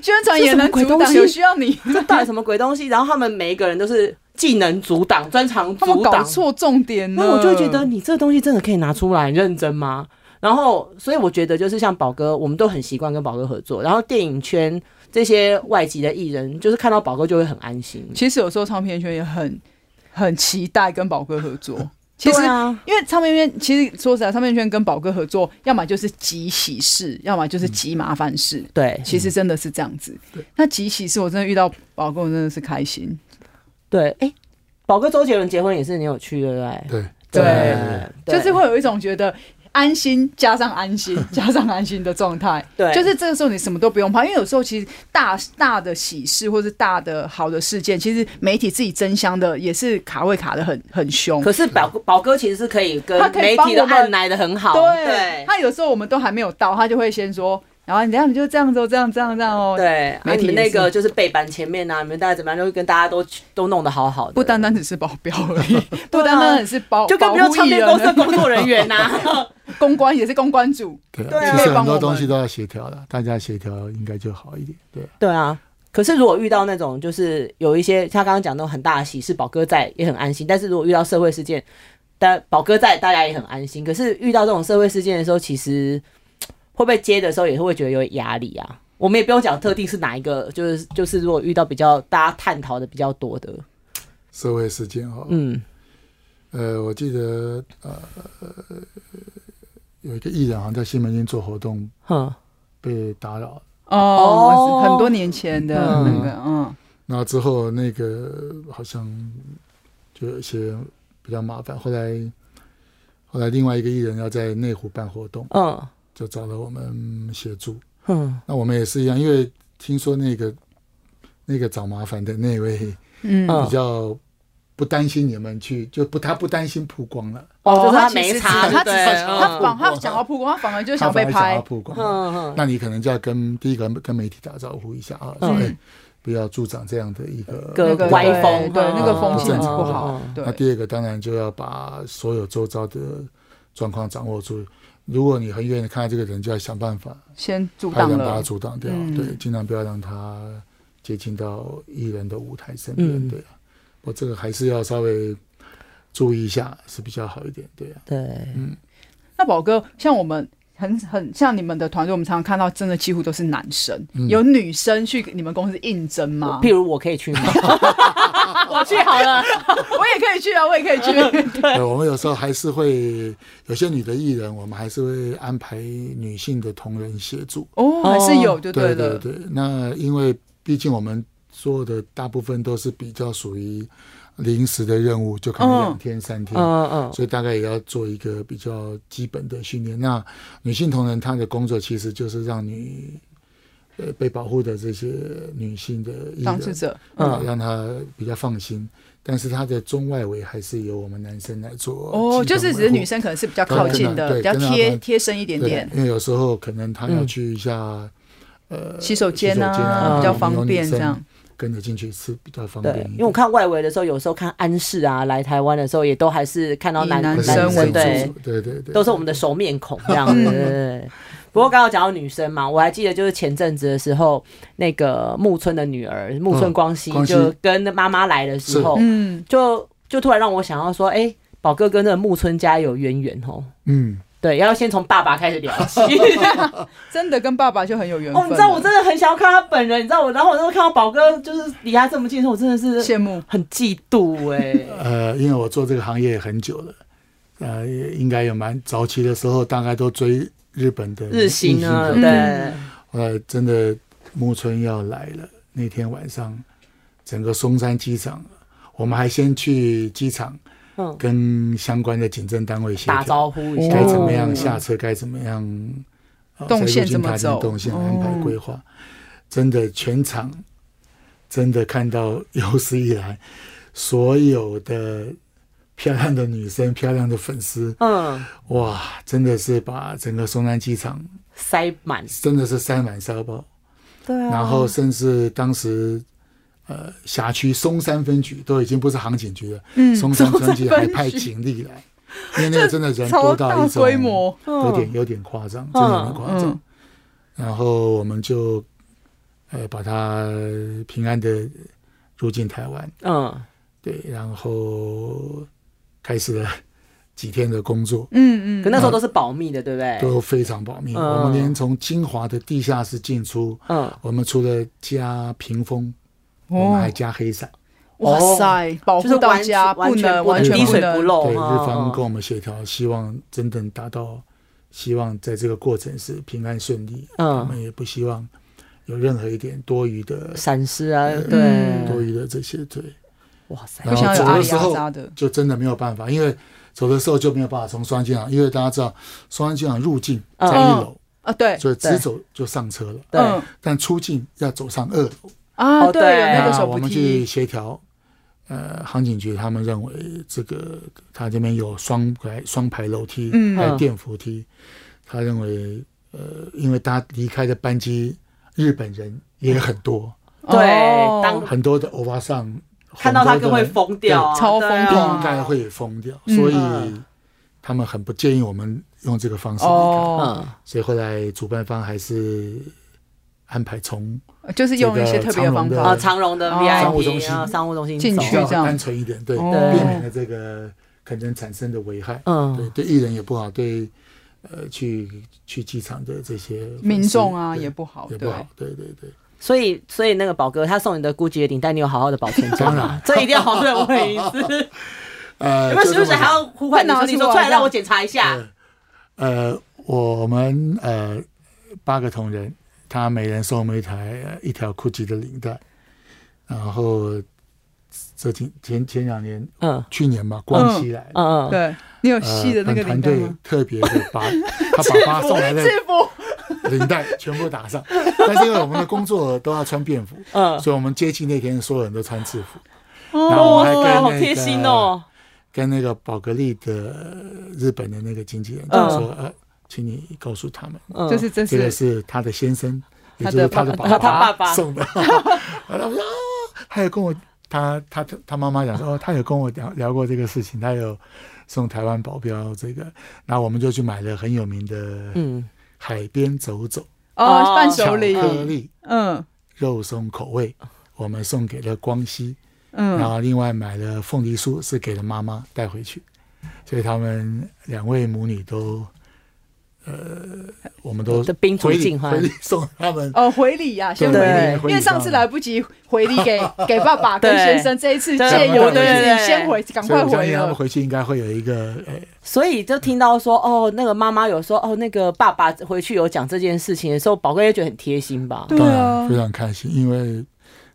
[SPEAKER 2] 宣传也
[SPEAKER 1] 这什么
[SPEAKER 2] 能
[SPEAKER 1] 鬼
[SPEAKER 2] 阻
[SPEAKER 1] 东
[SPEAKER 2] 挡，
[SPEAKER 1] 西
[SPEAKER 2] 有需要你，
[SPEAKER 1] 这到底什么鬼东西？然后他们每一个人都是技能阻挡、专长
[SPEAKER 2] 他们
[SPEAKER 1] 阻
[SPEAKER 2] 搞
[SPEAKER 1] 挡，
[SPEAKER 2] 错重点了。
[SPEAKER 1] 那我就会觉
[SPEAKER 2] 嗯
[SPEAKER 1] 得你这个东西真的可以拿出来认真吗？然后，所以我觉得就是像宝哥，我们都很习惯跟宝哥合作。然后电影圈这些外籍的艺人，就是看到宝哥就会很安心。
[SPEAKER 2] 其实有时候唱片圈也很很期待跟宝哥合作。 其实
[SPEAKER 1] 对啊，
[SPEAKER 2] 因为唱片圈，其实说实在，唱片圈跟宝哥合作，要么就是极喜事，要么就是极麻烦事。
[SPEAKER 1] 对
[SPEAKER 2] 其实真的是这样子
[SPEAKER 3] 对。
[SPEAKER 2] 那极喜事，我真的遇到宝哥，我真的是开心。
[SPEAKER 1] 对，哎、宝哥周杰伦结婚也是你有去对不对？
[SPEAKER 3] 对
[SPEAKER 2] 对
[SPEAKER 1] 对
[SPEAKER 2] 就是会有一种觉得安心加上安 心加上安心的状态。
[SPEAKER 1] 对，
[SPEAKER 2] 就是这个时候你什么都不用怕，因为有时候其实大大的喜事或是大的好的事件，其实媒体自己争相的也是卡位卡的很很凶。
[SPEAKER 1] 可是宝宝哥其实是可以跟
[SPEAKER 2] 他可以
[SPEAKER 1] 媒
[SPEAKER 2] 帮
[SPEAKER 1] 体的
[SPEAKER 2] 我们
[SPEAKER 1] 案来的很好，
[SPEAKER 2] 对，他有时候我们都还没有到，他就会先说，然后你等一下你就这样子哦，这样这样这样哦。
[SPEAKER 1] 对，啊
[SPEAKER 2] 媒体
[SPEAKER 1] 你们
[SPEAKER 2] 也
[SPEAKER 1] 那
[SPEAKER 2] 是
[SPEAKER 1] 个就是背板前面啊，你们大概怎么样，就会跟大家都都弄得好好的，
[SPEAKER 2] 不单单只是保镖 而已，不单单只是保，
[SPEAKER 1] 啊就跟
[SPEAKER 2] 保
[SPEAKER 1] 比如
[SPEAKER 2] 护
[SPEAKER 1] 唱
[SPEAKER 2] 艺
[SPEAKER 1] 片公司的
[SPEAKER 2] 人、
[SPEAKER 1] 工作人员啊呐、
[SPEAKER 2] 公关也是公关组，
[SPEAKER 3] 对
[SPEAKER 1] 对啊
[SPEAKER 3] 其实
[SPEAKER 2] 可以帮
[SPEAKER 3] 很
[SPEAKER 2] 我
[SPEAKER 3] 多
[SPEAKER 2] 们
[SPEAKER 3] 东西都要协调了，大家协调应该就好一点。对，
[SPEAKER 1] 对啊，可是如果遇到那种就是有一些他刚刚讲那种很大的喜事，宝哥在也很安心。但是如果遇到社会事件，但宝哥在，大家也很安心。可是遇到这种社会事件的时候，其实会被接的时候也是会觉得有压力啊。我们也不用讲特定是哪一个，就是就是如果遇到比较大家探讨的比较多的，
[SPEAKER 3] 社会事件哈、
[SPEAKER 1] 嗯
[SPEAKER 3] 呃，我记得呃有一个艺人好像在西门町做活动
[SPEAKER 1] 哼，
[SPEAKER 3] 被打扰，
[SPEAKER 2] 哦
[SPEAKER 1] 哦，
[SPEAKER 2] 很多年前的那个，嗯，
[SPEAKER 3] 然后之后那个好像就有一些比较麻烦，后来后来另外一个艺人要在内湖办活动，
[SPEAKER 1] 嗯
[SPEAKER 3] 就找了我们协助。
[SPEAKER 1] 哼，
[SPEAKER 3] 那我们也是一样，因为听说那个那个找麻烦的那位比
[SPEAKER 2] 嗯
[SPEAKER 1] 嗯
[SPEAKER 3] 较不担心你们去，就不他不担心曝光了，
[SPEAKER 1] 哦就是他没
[SPEAKER 2] 其实
[SPEAKER 1] 查
[SPEAKER 2] 他只
[SPEAKER 1] 对
[SPEAKER 2] 是
[SPEAKER 1] 不对
[SPEAKER 2] 他
[SPEAKER 1] 嗯
[SPEAKER 2] 反他想要曝光，他反而就想被
[SPEAKER 3] 他反
[SPEAKER 2] 拍
[SPEAKER 3] 而想要，曝光了。
[SPEAKER 1] 嗯哼，
[SPEAKER 3] 那你可能就要跟第一个跟媒体打招呼一下啊，说
[SPEAKER 1] 嗯
[SPEAKER 3] 哎，不要助长这样的一个
[SPEAKER 1] 个
[SPEAKER 2] 那个
[SPEAKER 1] 歪
[SPEAKER 2] 对
[SPEAKER 1] 风
[SPEAKER 2] 对
[SPEAKER 1] 嗯
[SPEAKER 2] 那个风气
[SPEAKER 3] 不
[SPEAKER 2] 不
[SPEAKER 3] 正常
[SPEAKER 2] 好
[SPEAKER 1] 嗯，
[SPEAKER 2] 对
[SPEAKER 3] 那，第二个当然就要把所有周遭的状况掌握住。如果你很远的看到这个人，就要想办法，
[SPEAKER 2] 先阻
[SPEAKER 3] 还
[SPEAKER 2] 挡
[SPEAKER 3] 能把他
[SPEAKER 2] 了，
[SPEAKER 3] 阻挡掉，
[SPEAKER 2] 嗯
[SPEAKER 3] 对，尽量不要让他接近到艺人的舞台身边，
[SPEAKER 1] 嗯
[SPEAKER 3] 对啊。我这个还是要稍微注意一下是比较好一点，对啊。
[SPEAKER 1] 对，
[SPEAKER 2] 那宝哥，像我们很很像你们的团队，我们常常看到，真的几乎都是男生，
[SPEAKER 3] 嗯
[SPEAKER 2] 有女生去你们公司应征 吗？
[SPEAKER 1] 譬如我可以去吗？我去好了，
[SPEAKER 2] 我也可以去啊，我也可以去。
[SPEAKER 3] 呃我们有时候还是会有些女的艺人，我们还是会安排女性的同仁协助，
[SPEAKER 2] 哦，还是有就
[SPEAKER 3] 对
[SPEAKER 2] 了。
[SPEAKER 3] 对，那因为毕竟我们做的大部分都是比较属于临时的任务，就可能
[SPEAKER 2] 嗯
[SPEAKER 3] 两天三天，
[SPEAKER 1] 嗯嗯
[SPEAKER 3] 所以大概也要做一个比较基本的训练。那女性同仁她的工作其实就是让你呃被保护的这些女性的艺
[SPEAKER 2] 当事
[SPEAKER 3] 人，
[SPEAKER 2] 者，
[SPEAKER 3] 啊
[SPEAKER 1] 嗯，
[SPEAKER 3] 让她比较放心。但是她的中外围还是由我们男生来做
[SPEAKER 2] 哦，
[SPEAKER 3] 基
[SPEAKER 2] 就
[SPEAKER 3] 本
[SPEAKER 2] 是只是
[SPEAKER 3] 维护
[SPEAKER 2] 女生可能是比较靠近的，比
[SPEAKER 3] 对
[SPEAKER 2] 较
[SPEAKER 3] 跟她
[SPEAKER 2] 贴
[SPEAKER 3] 对
[SPEAKER 2] 贴身一点
[SPEAKER 3] 对
[SPEAKER 2] 点，
[SPEAKER 3] 因为有时候可能她要去一下、呃
[SPEAKER 2] 洗手间
[SPEAKER 3] 洗手嗯
[SPEAKER 2] 啊比较方便这。
[SPEAKER 3] 有
[SPEAKER 2] 样
[SPEAKER 3] 女生。跟着进去吃比较方便
[SPEAKER 1] 对
[SPEAKER 3] 一，点。
[SPEAKER 1] 因为我看外围的时候，有时候看安室啊，来台湾的时候也都还是看到男
[SPEAKER 2] 以
[SPEAKER 1] 男
[SPEAKER 2] 男
[SPEAKER 3] 可是
[SPEAKER 2] 生
[SPEAKER 1] 生
[SPEAKER 2] 为主嗯
[SPEAKER 1] 对，
[SPEAKER 3] 对对对，
[SPEAKER 1] 都是我们的熟面孔这样子。对对对不过刚刚讲到女生嘛，我还记得就是前阵子的时候，那个木村的女儿木村光希
[SPEAKER 3] 嗯光希
[SPEAKER 1] 就跟妈妈来的时
[SPEAKER 3] 哦
[SPEAKER 1] 候，
[SPEAKER 2] 嗯，
[SPEAKER 1] 就就突然让我想要说，哎、宝哥跟那个木村家有渊源哦。
[SPEAKER 3] 嗯，
[SPEAKER 1] 对，要先从爸爸开始聊 起。
[SPEAKER 2] 真的跟爸爸就很有缘分
[SPEAKER 3] 啊
[SPEAKER 1] 哦，
[SPEAKER 2] 了。
[SPEAKER 1] 你知道我真的很想要看他本人，你知道我，然后我就看到宝哥就是离他这么近的时候，我真的是
[SPEAKER 2] 羡慕，
[SPEAKER 1] 很嫉妒哎、
[SPEAKER 3] 呃，因为我做这个行业很久了，呃，也应该也蛮早期的时候，大概都追日本的
[SPEAKER 1] 日新啊，
[SPEAKER 3] 歌
[SPEAKER 2] 嗯
[SPEAKER 1] 对，
[SPEAKER 3] 后来真的木村要来了，那天晚上，整个松山机场，我们还先去机场
[SPEAKER 1] 嗯，
[SPEAKER 3] 跟相关的警政单位协
[SPEAKER 1] 打
[SPEAKER 3] 调，
[SPEAKER 1] 招呼一下，
[SPEAKER 3] 该怎么
[SPEAKER 1] 哦
[SPEAKER 3] 样下车，该怎么样呃
[SPEAKER 2] 动线
[SPEAKER 3] 在入境
[SPEAKER 2] 怎么
[SPEAKER 3] 塔
[SPEAKER 2] 走嗯
[SPEAKER 3] 前动线安排规划，真的全场真的看到有史以来所有的漂亮的女生、漂亮的粉丝，
[SPEAKER 1] 嗯，
[SPEAKER 3] 哇，真的是把整个松山机场
[SPEAKER 1] 塞满，
[SPEAKER 3] 真的是塞满沙包，
[SPEAKER 1] 对啊，
[SPEAKER 3] 然
[SPEAKER 2] 哦
[SPEAKER 3] 后甚至当时。呃，辖区松山分局都已经不是航警局了，
[SPEAKER 2] 嗯
[SPEAKER 3] 松山分局
[SPEAKER 2] 松山分局
[SPEAKER 3] 还派警力来，因为那个真的人
[SPEAKER 2] 超
[SPEAKER 3] 多
[SPEAKER 2] 大
[SPEAKER 3] 到一种
[SPEAKER 2] 规模，哦
[SPEAKER 3] 有点有点夸张，
[SPEAKER 1] 嗯
[SPEAKER 3] 真的有点夸张。
[SPEAKER 2] 嗯，
[SPEAKER 3] 然后我们就呃把他平安的入境台湾，
[SPEAKER 1] 嗯，
[SPEAKER 3] 对，然后开始了几天的工作，
[SPEAKER 2] 嗯嗯，
[SPEAKER 1] 可那时候都是保密的，对不
[SPEAKER 2] 哎
[SPEAKER 1] 对？
[SPEAKER 3] 都非常保密。
[SPEAKER 1] 嗯
[SPEAKER 2] 哦
[SPEAKER 3] 我们连从金华的地下室进出，
[SPEAKER 1] 嗯，
[SPEAKER 3] 我们除了加屏风，我们还
[SPEAKER 2] 哦，
[SPEAKER 3] 加黑伞。
[SPEAKER 2] 哇塞，哦保
[SPEAKER 1] 就是
[SPEAKER 2] 护到
[SPEAKER 1] 完全
[SPEAKER 2] 家，
[SPEAKER 1] 完
[SPEAKER 2] 不能
[SPEAKER 1] 不
[SPEAKER 2] 完全
[SPEAKER 1] 滴水
[SPEAKER 2] 能
[SPEAKER 1] 不漏，
[SPEAKER 3] 对，日
[SPEAKER 1] 嗯
[SPEAKER 3] 方跟
[SPEAKER 1] 嗯
[SPEAKER 3] 我们协调，希望真正达到，希望在这个过程是平安顺利。我
[SPEAKER 1] 嗯，
[SPEAKER 3] 们也不希望有任何一点多余的、
[SPEAKER 1] 闪失啊，
[SPEAKER 2] 嗯
[SPEAKER 3] 多
[SPEAKER 1] 对，
[SPEAKER 3] 余的这些，对。
[SPEAKER 1] 哇塞，
[SPEAKER 2] 不
[SPEAKER 3] 然
[SPEAKER 2] 想
[SPEAKER 3] 后
[SPEAKER 2] 有
[SPEAKER 3] 走
[SPEAKER 2] 阿
[SPEAKER 3] 的
[SPEAKER 2] 里
[SPEAKER 3] 时
[SPEAKER 2] 阿
[SPEAKER 3] 候
[SPEAKER 2] 扎的，
[SPEAKER 3] 就真的没有办法，因为走的时候就没有办法从双安机场，因为大家知道双安机场入境在一楼，
[SPEAKER 2] 啊，对，
[SPEAKER 3] 所以
[SPEAKER 1] 对
[SPEAKER 3] 直走就上车了，
[SPEAKER 1] 对
[SPEAKER 2] 嗯
[SPEAKER 3] 但出境要走上二楼。
[SPEAKER 2] 啊，
[SPEAKER 1] 哦
[SPEAKER 2] 对，
[SPEAKER 1] 对
[SPEAKER 2] 有那个手
[SPEAKER 3] 哎我
[SPEAKER 2] 扶
[SPEAKER 3] 们去
[SPEAKER 2] 梯，
[SPEAKER 3] 协调，呃，航警局他们认为这个他这边有双排双排楼梯，
[SPEAKER 2] 嗯
[SPEAKER 3] 还有电扶梯，他认为呃，因为他离开的班机日本人也很多，
[SPEAKER 2] 哦
[SPEAKER 1] 对，当
[SPEAKER 3] 很多的欧巴桑
[SPEAKER 1] 看到他更会
[SPEAKER 3] 很多的
[SPEAKER 1] 疯掉啊，
[SPEAKER 2] 对超疯
[SPEAKER 1] 对啊
[SPEAKER 3] 应该会疯掉，所以
[SPEAKER 1] 嗯
[SPEAKER 3] 他们很不建议我们用这个方式离开。
[SPEAKER 2] 哦，
[SPEAKER 1] 嗯，
[SPEAKER 3] 所以后来主办方还是安排从
[SPEAKER 2] 就是用一些特别的方
[SPEAKER 3] 嗯这
[SPEAKER 1] 啊，
[SPEAKER 2] 法
[SPEAKER 3] 个，
[SPEAKER 1] 长荣的
[SPEAKER 2] 哦商务
[SPEAKER 3] 嗯中
[SPEAKER 1] VIP
[SPEAKER 3] 心
[SPEAKER 1] 啊，商务中心
[SPEAKER 2] 进
[SPEAKER 1] 走
[SPEAKER 3] 比
[SPEAKER 2] 去
[SPEAKER 3] 较
[SPEAKER 2] 这样
[SPEAKER 3] 单纯一点，对，
[SPEAKER 2] 哦
[SPEAKER 3] 避免了这个可能产生的危害。
[SPEAKER 1] 嗯，
[SPEAKER 3] 对，对艺人也不好，对呃去去机场的这些粉丝
[SPEAKER 2] 民众啊
[SPEAKER 3] 对
[SPEAKER 2] 也不好，
[SPEAKER 3] 也
[SPEAKER 2] 对
[SPEAKER 3] 不，好。对对对，
[SPEAKER 1] 所以所以那个宝哥他送你的 GUCCI 的领带，你有好好的保存着
[SPEAKER 3] 当
[SPEAKER 1] 吗
[SPEAKER 3] 然？
[SPEAKER 1] 这一定要好好的问一次。
[SPEAKER 3] 呃，
[SPEAKER 1] 有没有
[SPEAKER 3] 就
[SPEAKER 1] 时不
[SPEAKER 3] 这
[SPEAKER 1] 时
[SPEAKER 3] 么嗯
[SPEAKER 1] 还要呼唤你说你说出来让我检查一下？
[SPEAKER 3] 呃，我们呃八个同仁，他每人送我们一台呃一条 GUCCI 的领带，然后这前前前两年，
[SPEAKER 1] 嗯
[SPEAKER 3] 去年嘛，光熙来了。
[SPEAKER 1] 嗯嗯，
[SPEAKER 2] 对你有
[SPEAKER 3] 呃
[SPEAKER 2] 细的那个
[SPEAKER 3] 团
[SPEAKER 2] 领带
[SPEAKER 3] 队
[SPEAKER 2] 吗？
[SPEAKER 3] 特别的把他把爸送 来的
[SPEAKER 2] 制服，
[SPEAKER 3] 领带全部打上，但是因为我们的工作都要穿便服，
[SPEAKER 1] 嗯，
[SPEAKER 3] 所以我们接机那天所有人都穿制服。然后我还跟那
[SPEAKER 1] 哇，
[SPEAKER 3] 个
[SPEAKER 1] 好贴心哦。
[SPEAKER 3] 跟那个宝格丽的呃日本的那个经纪人就
[SPEAKER 1] 嗯
[SPEAKER 3] 说：“呃，请你告诉他们，
[SPEAKER 1] 嗯，
[SPEAKER 2] 就是这
[SPEAKER 3] 这个
[SPEAKER 2] 是
[SPEAKER 3] 是他的先生，也
[SPEAKER 2] 他
[SPEAKER 3] 就
[SPEAKER 2] 的
[SPEAKER 3] 是他的
[SPEAKER 2] 爸
[SPEAKER 1] 爸他
[SPEAKER 3] 爸
[SPEAKER 1] 爸爸
[SPEAKER 3] 送的。”然后我说：“哦，他有跟我他他他他妈妈讲说，哦，他有跟我聊聊过这个事情，他有送台湾保镖这个，然后我们就去买了很有名的
[SPEAKER 1] 嗯，
[SPEAKER 3] 海边走走
[SPEAKER 2] 哦
[SPEAKER 1] 哦
[SPEAKER 2] 伴
[SPEAKER 3] 巧
[SPEAKER 2] 手礼，
[SPEAKER 3] 克力
[SPEAKER 2] 嗯
[SPEAKER 3] 肉松口味，我们送给了光熙。”然
[SPEAKER 2] 嗯，
[SPEAKER 3] 后另外买了凤梨酥，是给了妈妈带回去，所以他们两位母女都，呃，我们都
[SPEAKER 1] 都宾主
[SPEAKER 3] 回礼
[SPEAKER 1] 尽欢
[SPEAKER 3] 回礼送他们
[SPEAKER 2] 哦回礼呀，先
[SPEAKER 3] 对嗯
[SPEAKER 2] 回
[SPEAKER 1] 对
[SPEAKER 2] 礼，因为上次来不及回礼 给给爸爸跟
[SPEAKER 1] 对
[SPEAKER 2] 先生，这一次
[SPEAKER 1] 对
[SPEAKER 2] 借由
[SPEAKER 3] 对
[SPEAKER 2] 你
[SPEAKER 1] 对对
[SPEAKER 2] 先回，赶
[SPEAKER 3] 所以
[SPEAKER 2] 快
[SPEAKER 3] 我相
[SPEAKER 2] 回
[SPEAKER 3] 信他
[SPEAKER 2] 了
[SPEAKER 3] 们。回去应该会有一个，呃，
[SPEAKER 1] 所以就听到说哦，那个妈妈有说哦，那个爸爸回去有讲这件事情的时候，宝哥也觉得很贴心吧？
[SPEAKER 2] 对
[SPEAKER 3] 当
[SPEAKER 2] 啊
[SPEAKER 3] 然非常开心，因为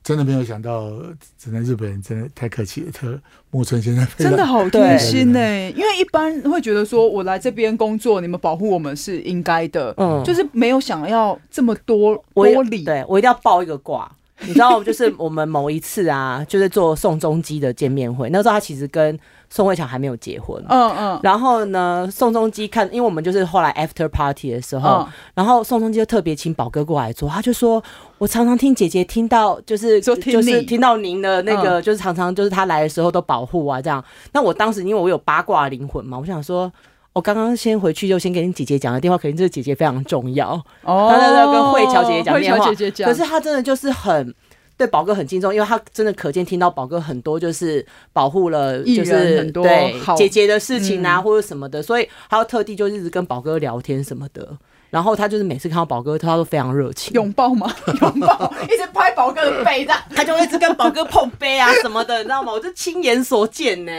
[SPEAKER 3] 真的没有想到，真的日本人真的太客气了，特木村先生非常
[SPEAKER 2] 真的好贴
[SPEAKER 1] 啊对
[SPEAKER 2] 心呢、因为一般会觉得说，我来这边工作，你们保护我们是应该的，
[SPEAKER 1] 嗯
[SPEAKER 2] 就是没有想要这么多
[SPEAKER 1] 我
[SPEAKER 2] 多
[SPEAKER 1] 有
[SPEAKER 2] 礼，
[SPEAKER 1] 对我一定要报一个卦。你知道，就是我们某一次啊， 就是做宋仲基的见面会，那时候他其实跟宋慧乔还没有结婚。
[SPEAKER 2] 嗯嗯，
[SPEAKER 1] 然后呢，宋仲基看，因为我们就是后来 after party 的时候，
[SPEAKER 2] 嗯
[SPEAKER 1] 然后宋仲基就特别请宝哥过来坐，他就说：“我常常听姐姐听到，就是
[SPEAKER 2] 说听
[SPEAKER 1] 就
[SPEAKER 2] 你嗯
[SPEAKER 1] 是听到您的那个，就是常常就是她来的时候都保护啊这样。”那我当时因为我有八卦灵魂嘛，我想说。我刚刚先回去就先跟你姐姐讲个电话，肯定这个姐姐非常重要。
[SPEAKER 2] 哦
[SPEAKER 1] 他在那跟慧乔姐姐讲电话
[SPEAKER 2] 慧乔姐姐讲，
[SPEAKER 1] 可是他真的就是很对宝哥很敬重，因为他真的可见听到宝哥很多就是保护了
[SPEAKER 2] 艺
[SPEAKER 1] 就
[SPEAKER 2] 人
[SPEAKER 1] 是
[SPEAKER 2] 很多
[SPEAKER 1] 对
[SPEAKER 2] 好嗯
[SPEAKER 1] 姐姐的事情啊、或者什么的，所以他要特地就一直跟宝哥聊天什么的。然后他就是每次看到宝哥，他都非常热情，
[SPEAKER 2] 拥抱 吗？拥抱，一直拍宝哥的背的，
[SPEAKER 1] 他就会一直跟宝哥碰杯啊什么的，你知道吗？我就亲眼所见呢、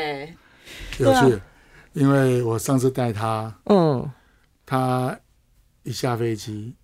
[SPEAKER 3] 有
[SPEAKER 1] 对
[SPEAKER 2] 啊
[SPEAKER 3] 趣，因为我上次带他，
[SPEAKER 1] 嗯，
[SPEAKER 3] 他一下飞机，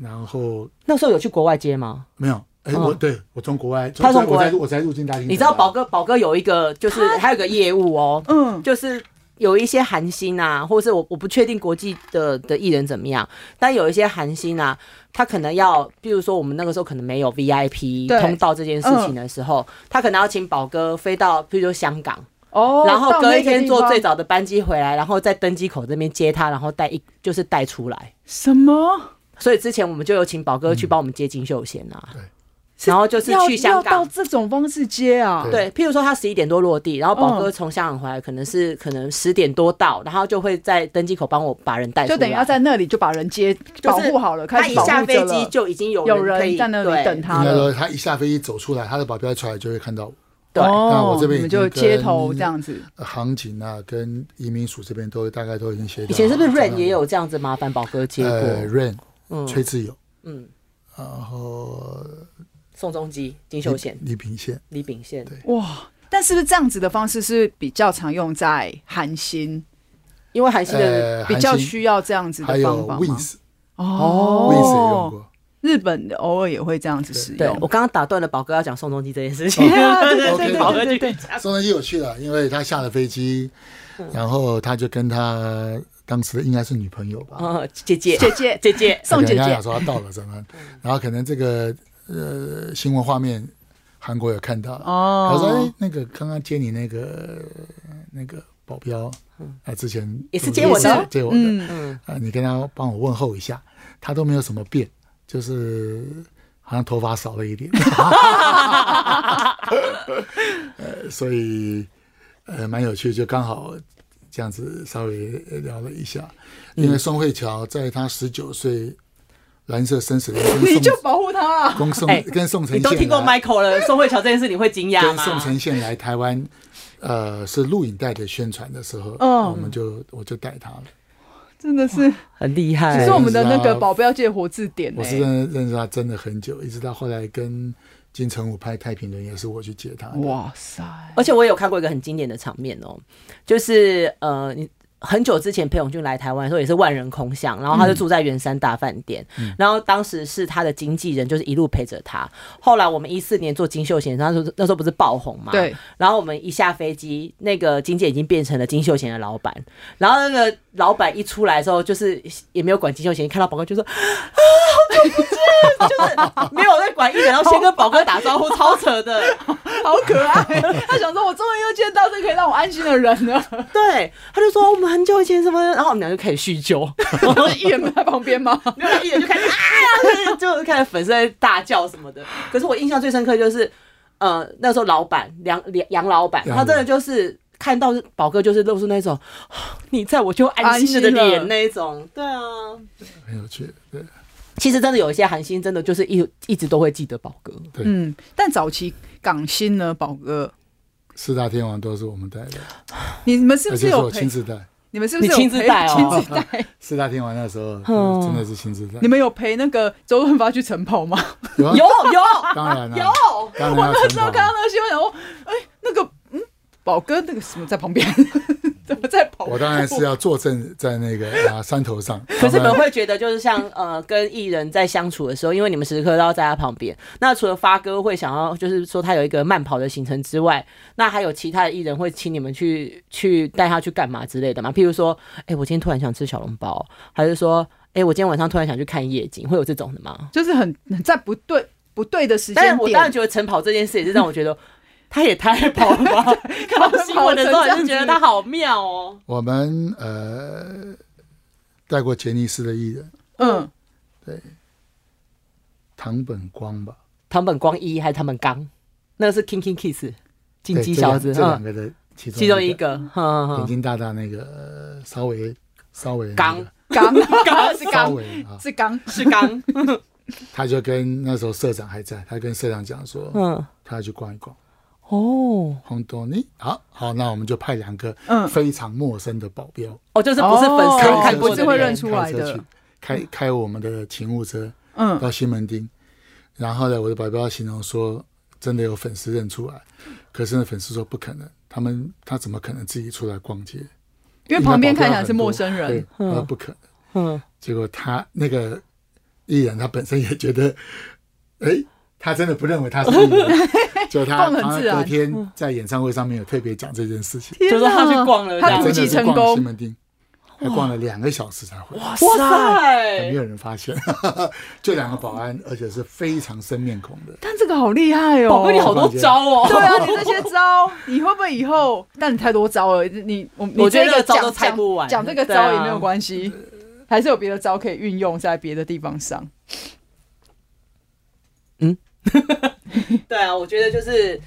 [SPEAKER 3] 然后
[SPEAKER 1] 那时候有去国外接吗？
[SPEAKER 3] 没有。哎，
[SPEAKER 1] 嗯
[SPEAKER 3] 我对我从国外，
[SPEAKER 1] 他从国外
[SPEAKER 3] 我才我才入境大厅，
[SPEAKER 1] 你知道宝哥，宝哥有一个就是还有个业务哦，
[SPEAKER 2] 嗯，
[SPEAKER 1] 就是有一些韩星啊，或是我我不确定国际的的艺人怎么样，但有一些韩星啊，他可能要，比如说我们那个时候可能没有 VIP
[SPEAKER 2] 对
[SPEAKER 1] 通道这件事情的时候，他可能要请宝哥飞到，比如说香港，
[SPEAKER 2] 哦，
[SPEAKER 1] 然后
[SPEAKER 2] 到
[SPEAKER 1] 隔
[SPEAKER 2] 那
[SPEAKER 1] 一
[SPEAKER 2] 个
[SPEAKER 1] 天
[SPEAKER 2] 地
[SPEAKER 1] 坐
[SPEAKER 2] 方
[SPEAKER 1] 最早的班机回来，然后在登机口这边接他，然后带一就是带出来。
[SPEAKER 2] 什么？
[SPEAKER 1] 所以之前我们就有请宝哥去帮我们接金秀贤啊，
[SPEAKER 3] 嗯对
[SPEAKER 1] 然后就是
[SPEAKER 2] 要
[SPEAKER 1] 去香港
[SPEAKER 2] 要到这种方式接啊，
[SPEAKER 1] 对，譬如说他十一点多落地，然后宝
[SPEAKER 2] 嗯
[SPEAKER 1] 哥从香港回来，可能是可能十点多到，然后就会在登机口帮我把人带出来，
[SPEAKER 2] 就等于要在那里就把人接保护好了，
[SPEAKER 1] 他
[SPEAKER 2] 开始
[SPEAKER 1] 一
[SPEAKER 2] 保护
[SPEAKER 1] 下
[SPEAKER 2] 着
[SPEAKER 1] 飞机
[SPEAKER 2] 了
[SPEAKER 1] 就已经有
[SPEAKER 2] 有
[SPEAKER 1] 人可以
[SPEAKER 2] 人在那里
[SPEAKER 1] 对
[SPEAKER 2] 等他
[SPEAKER 3] 应该
[SPEAKER 2] 了
[SPEAKER 3] 说，。他一下飞机走出来，他的保镖出来就会看到我。
[SPEAKER 1] 对
[SPEAKER 3] 那
[SPEAKER 2] 哦，
[SPEAKER 3] 我这边
[SPEAKER 2] 你们
[SPEAKER 3] 已经
[SPEAKER 2] 就
[SPEAKER 3] 跟
[SPEAKER 2] 街头这样子，
[SPEAKER 3] 呃航警啊，跟移民署这边都大概都已经协调好。
[SPEAKER 1] 以前是不是
[SPEAKER 3] 这样
[SPEAKER 1] Rain 也有这样子麻烦宝哥接
[SPEAKER 3] 呃
[SPEAKER 1] 过？
[SPEAKER 3] Rain
[SPEAKER 1] 嗯
[SPEAKER 3] 崔志友，
[SPEAKER 1] 嗯，
[SPEAKER 3] 然后
[SPEAKER 1] 宋仲基、金秀贤、
[SPEAKER 3] 李秉宪，
[SPEAKER 1] 李秉宪，
[SPEAKER 3] 对
[SPEAKER 2] 哇！但是不是这样子的方式是比较常用在韩星，
[SPEAKER 1] 因为韩星的
[SPEAKER 3] 呃
[SPEAKER 2] 比较
[SPEAKER 3] 韩星
[SPEAKER 2] 需要这样子
[SPEAKER 3] 还
[SPEAKER 2] 的
[SPEAKER 3] 有
[SPEAKER 2] 方法吗
[SPEAKER 3] Wins，Wins
[SPEAKER 2] 哦
[SPEAKER 3] 也用过。
[SPEAKER 2] 日本的偶尔也会这样子使
[SPEAKER 1] 对
[SPEAKER 2] 用
[SPEAKER 1] 我。刚刚打断了宝哥要讲宋仲基这件事情，
[SPEAKER 2] 啊
[SPEAKER 3] 哦
[SPEAKER 2] 对
[SPEAKER 3] 对对
[SPEAKER 1] 宝哥就
[SPEAKER 2] 对对
[SPEAKER 3] 宋仲基有趣了，因为他下了飞机，
[SPEAKER 1] 嗯
[SPEAKER 3] 然后他就跟他当时应该是女朋友吧，
[SPEAKER 1] 嗯，姐姐
[SPEAKER 2] 姐姐
[SPEAKER 1] 姐姐，
[SPEAKER 2] 宋姐姐
[SPEAKER 3] 人家讲说他到了怎么，然后可能这个呃新闻画面韩国有看到，
[SPEAKER 2] 哦
[SPEAKER 3] 他说哎那个刚刚接你那个那个保镖，哎之前
[SPEAKER 1] 嗯也是接我的
[SPEAKER 3] 接我的，
[SPEAKER 2] 嗯，
[SPEAKER 1] 嗯，
[SPEAKER 3] 啊你跟他帮我问候一下，他都没有什么变，就是好像头发少了 一点，呃所以呃蛮有趣，就刚好这样子稍微聊了一下，因
[SPEAKER 1] 嗯
[SPEAKER 3] 为宋慧乔在她十九岁蓝色生死恋 跟
[SPEAKER 2] 你
[SPEAKER 3] 宋
[SPEAKER 2] 就保护他啊。
[SPEAKER 3] 跟宋
[SPEAKER 1] 哎
[SPEAKER 3] 跟宋
[SPEAKER 1] 你
[SPEAKER 3] 承
[SPEAKER 1] 都听
[SPEAKER 3] 宪
[SPEAKER 1] 过
[SPEAKER 3] 来
[SPEAKER 1] Michael 了，宋慧乔这件事你会惊讶
[SPEAKER 3] 啊跟
[SPEAKER 1] 吗？
[SPEAKER 3] 宋承宪来台湾呃是录影带的宣传的时候，
[SPEAKER 2] 嗯
[SPEAKER 3] 我们就我就带他了。
[SPEAKER 2] 哎真的是，
[SPEAKER 1] 很厉
[SPEAKER 2] 其
[SPEAKER 1] 害
[SPEAKER 2] 实。我们的那个保镖界活字典、欸，
[SPEAKER 3] 哎我是认认识他真的很久，一直到后来跟金城武拍《太平轮》也是我去接他的。
[SPEAKER 2] 哇塞，
[SPEAKER 1] 而且我有看过一个很经典的场面哦，就是呃，你很久之前裴勇俊来台湾的时候也是万人空巷，然后他就住在圆山大饭店，然后当时是他的经纪人就是一路陪着他。后来我们一四年做金秀贤，那时候那时候不是爆红嘛，
[SPEAKER 2] 对，
[SPEAKER 1] 然后我们一下飞机，那个金姐已经变成了金秀贤的老板。然后那个老板一出来的时候，就是也没有管金秀贤，看到宝哥就说：“ 啊，好久不见！”就是没有在管艺人，然后先跟宝哥打招呼，超扯的。
[SPEAKER 2] 好可爱。他想说，我终于又见到这可以让我安心的人 了。
[SPEAKER 1] 对，他就说我们很久以前什么，然后我们俩就开始酗酒，
[SPEAKER 2] 艺人不在旁边吗？
[SPEAKER 1] 没有艺人就开始啊，就开始粉丝在大叫什么的。可是我印象最深刻就是，呃，那时候老板梁梁杨老板，
[SPEAKER 3] 杨
[SPEAKER 1] 他真的就是。看到宝哥就是露出那种，你在我就安心的
[SPEAKER 2] 安心了
[SPEAKER 1] 脸那一种，对啊，
[SPEAKER 3] 很有趣。对，
[SPEAKER 1] 其实真的有一些韩星，真的就是一一直都会记得宝哥。
[SPEAKER 2] 嗯，但早期港星呢，宝哥，
[SPEAKER 3] 四大天王都是我们带的，
[SPEAKER 2] 你们是不
[SPEAKER 3] 而
[SPEAKER 2] 是
[SPEAKER 3] 且是
[SPEAKER 2] 有
[SPEAKER 3] 我
[SPEAKER 2] 陪
[SPEAKER 3] 亲？自带。
[SPEAKER 2] 你们是不是有
[SPEAKER 1] 你亲自
[SPEAKER 2] 陪
[SPEAKER 1] 带哦
[SPEAKER 2] 亲 自带，哦
[SPEAKER 3] 四大天王那时候
[SPEAKER 1] 嗯
[SPEAKER 3] 真的是亲自带
[SPEAKER 2] 你。们有陪那个周润发去晨跑吗？
[SPEAKER 3] 有啊
[SPEAKER 1] 有有，
[SPEAKER 3] 当然了，
[SPEAKER 2] 有，啊
[SPEAKER 3] 当然
[SPEAKER 2] 我
[SPEAKER 3] 要
[SPEAKER 2] 那时候
[SPEAKER 3] 晨跑
[SPEAKER 2] 看到那个新闻，然后哎，那个嗯，宝哥那个什么在旁边， 怎么在跑？
[SPEAKER 3] 我当然是啊要坐镇在那个啊山头上。
[SPEAKER 1] 可是你
[SPEAKER 3] 当然
[SPEAKER 1] 们会觉得，就是像呃，跟艺人在相处的时候，因为你们时时刻刻都要在他旁边。那除了发哥会想要，就是说他有一个慢跑的行程之外，那还有其他的艺人会请你们去去带他去干嘛之类的吗？譬如说，哎、我今天突然想吃小笼包，还是说，哎、我今天晚上突然想去看夜景，会有这种的吗？
[SPEAKER 2] 就是很在不对不对的时
[SPEAKER 1] 但
[SPEAKER 2] 间
[SPEAKER 1] 是我当然
[SPEAKER 2] 点，
[SPEAKER 1] 觉得晨跑这件事也是让我觉得。 他也太跑了 吧！看到新闻的时候，就觉得他好妙哦。
[SPEAKER 3] 我们呃带过杰尼斯的艺人
[SPEAKER 1] 哦
[SPEAKER 2] 嗯，
[SPEAKER 3] 唐本光吧，
[SPEAKER 1] 唐本光一还是唐本刚？那个是 King King Kiss 金
[SPEAKER 3] 对
[SPEAKER 1] 鸡
[SPEAKER 3] 这
[SPEAKER 1] 小
[SPEAKER 3] 两
[SPEAKER 1] 子，
[SPEAKER 3] 这
[SPEAKER 1] 嗯
[SPEAKER 3] 两，个的其中
[SPEAKER 1] 其中一
[SPEAKER 3] 个
[SPEAKER 1] 个，嗯
[SPEAKER 3] 眼，睛大大那个呃稍微稍微 那个
[SPEAKER 1] 刚
[SPEAKER 2] 刚刚是
[SPEAKER 3] 稍
[SPEAKER 2] 刚
[SPEAKER 3] 微啊，
[SPEAKER 2] 是刚，
[SPEAKER 1] 是刚，
[SPEAKER 3] 他就跟那时候社长还在，他跟社长讲说
[SPEAKER 1] 嗯，
[SPEAKER 3] 他要去逛一逛。
[SPEAKER 1] 哦，
[SPEAKER 3] 红豆泥，好好，那我们就派两个
[SPEAKER 2] 嗯
[SPEAKER 3] 非常陌生的保镖，
[SPEAKER 1] 哦，就是不是粉丝
[SPEAKER 2] 哦
[SPEAKER 1] 看过
[SPEAKER 2] 不
[SPEAKER 1] 的
[SPEAKER 2] 是
[SPEAKER 1] 脸
[SPEAKER 2] 会认出来
[SPEAKER 3] 开
[SPEAKER 2] 的
[SPEAKER 3] 车去，开开我们的勤务车
[SPEAKER 2] 嗯，
[SPEAKER 3] 到西门町，然后呢，我的保镖形容说，真的有粉丝认出来，可是呢，粉丝说不可能，他们他怎么可能自己出来逛街？
[SPEAKER 2] 因为旁边看起来是陌生
[SPEAKER 3] 对
[SPEAKER 2] 人，，
[SPEAKER 1] 嗯
[SPEAKER 3] 他说不可能。
[SPEAKER 1] 嗯，
[SPEAKER 3] 结果他那个艺人他本身也觉得，哎，他真的不认为他是艺人，就他
[SPEAKER 2] 放得很
[SPEAKER 3] 他
[SPEAKER 2] 自然
[SPEAKER 3] 隔天在演唱会上面有特别讲这件事情。
[SPEAKER 1] 就说他去逛了，这
[SPEAKER 2] 他
[SPEAKER 1] 样
[SPEAKER 2] 突
[SPEAKER 3] 真
[SPEAKER 2] 击
[SPEAKER 3] 的是
[SPEAKER 2] 成
[SPEAKER 3] 逛了西
[SPEAKER 2] 功，
[SPEAKER 3] 门町，还逛了两个小时才回来，
[SPEAKER 1] 哇
[SPEAKER 3] 还没
[SPEAKER 1] 塞，
[SPEAKER 3] 有人发现， 就两个保安，而且是非常生面孔的。
[SPEAKER 2] 但这个好厉害哦，
[SPEAKER 1] 宝哥你好多招哦，
[SPEAKER 2] 对啊，你这些招，你会不会以后？但你太多招了，你我
[SPEAKER 1] 我觉得这
[SPEAKER 2] 你这
[SPEAKER 1] 个
[SPEAKER 2] 个
[SPEAKER 1] 招
[SPEAKER 2] 讲
[SPEAKER 1] 都猜不完
[SPEAKER 2] 讲这个
[SPEAKER 1] 对啊
[SPEAKER 2] 招也没有关系，还是有别的招可以运用在别的地方上。
[SPEAKER 1] 对啊，我觉得就是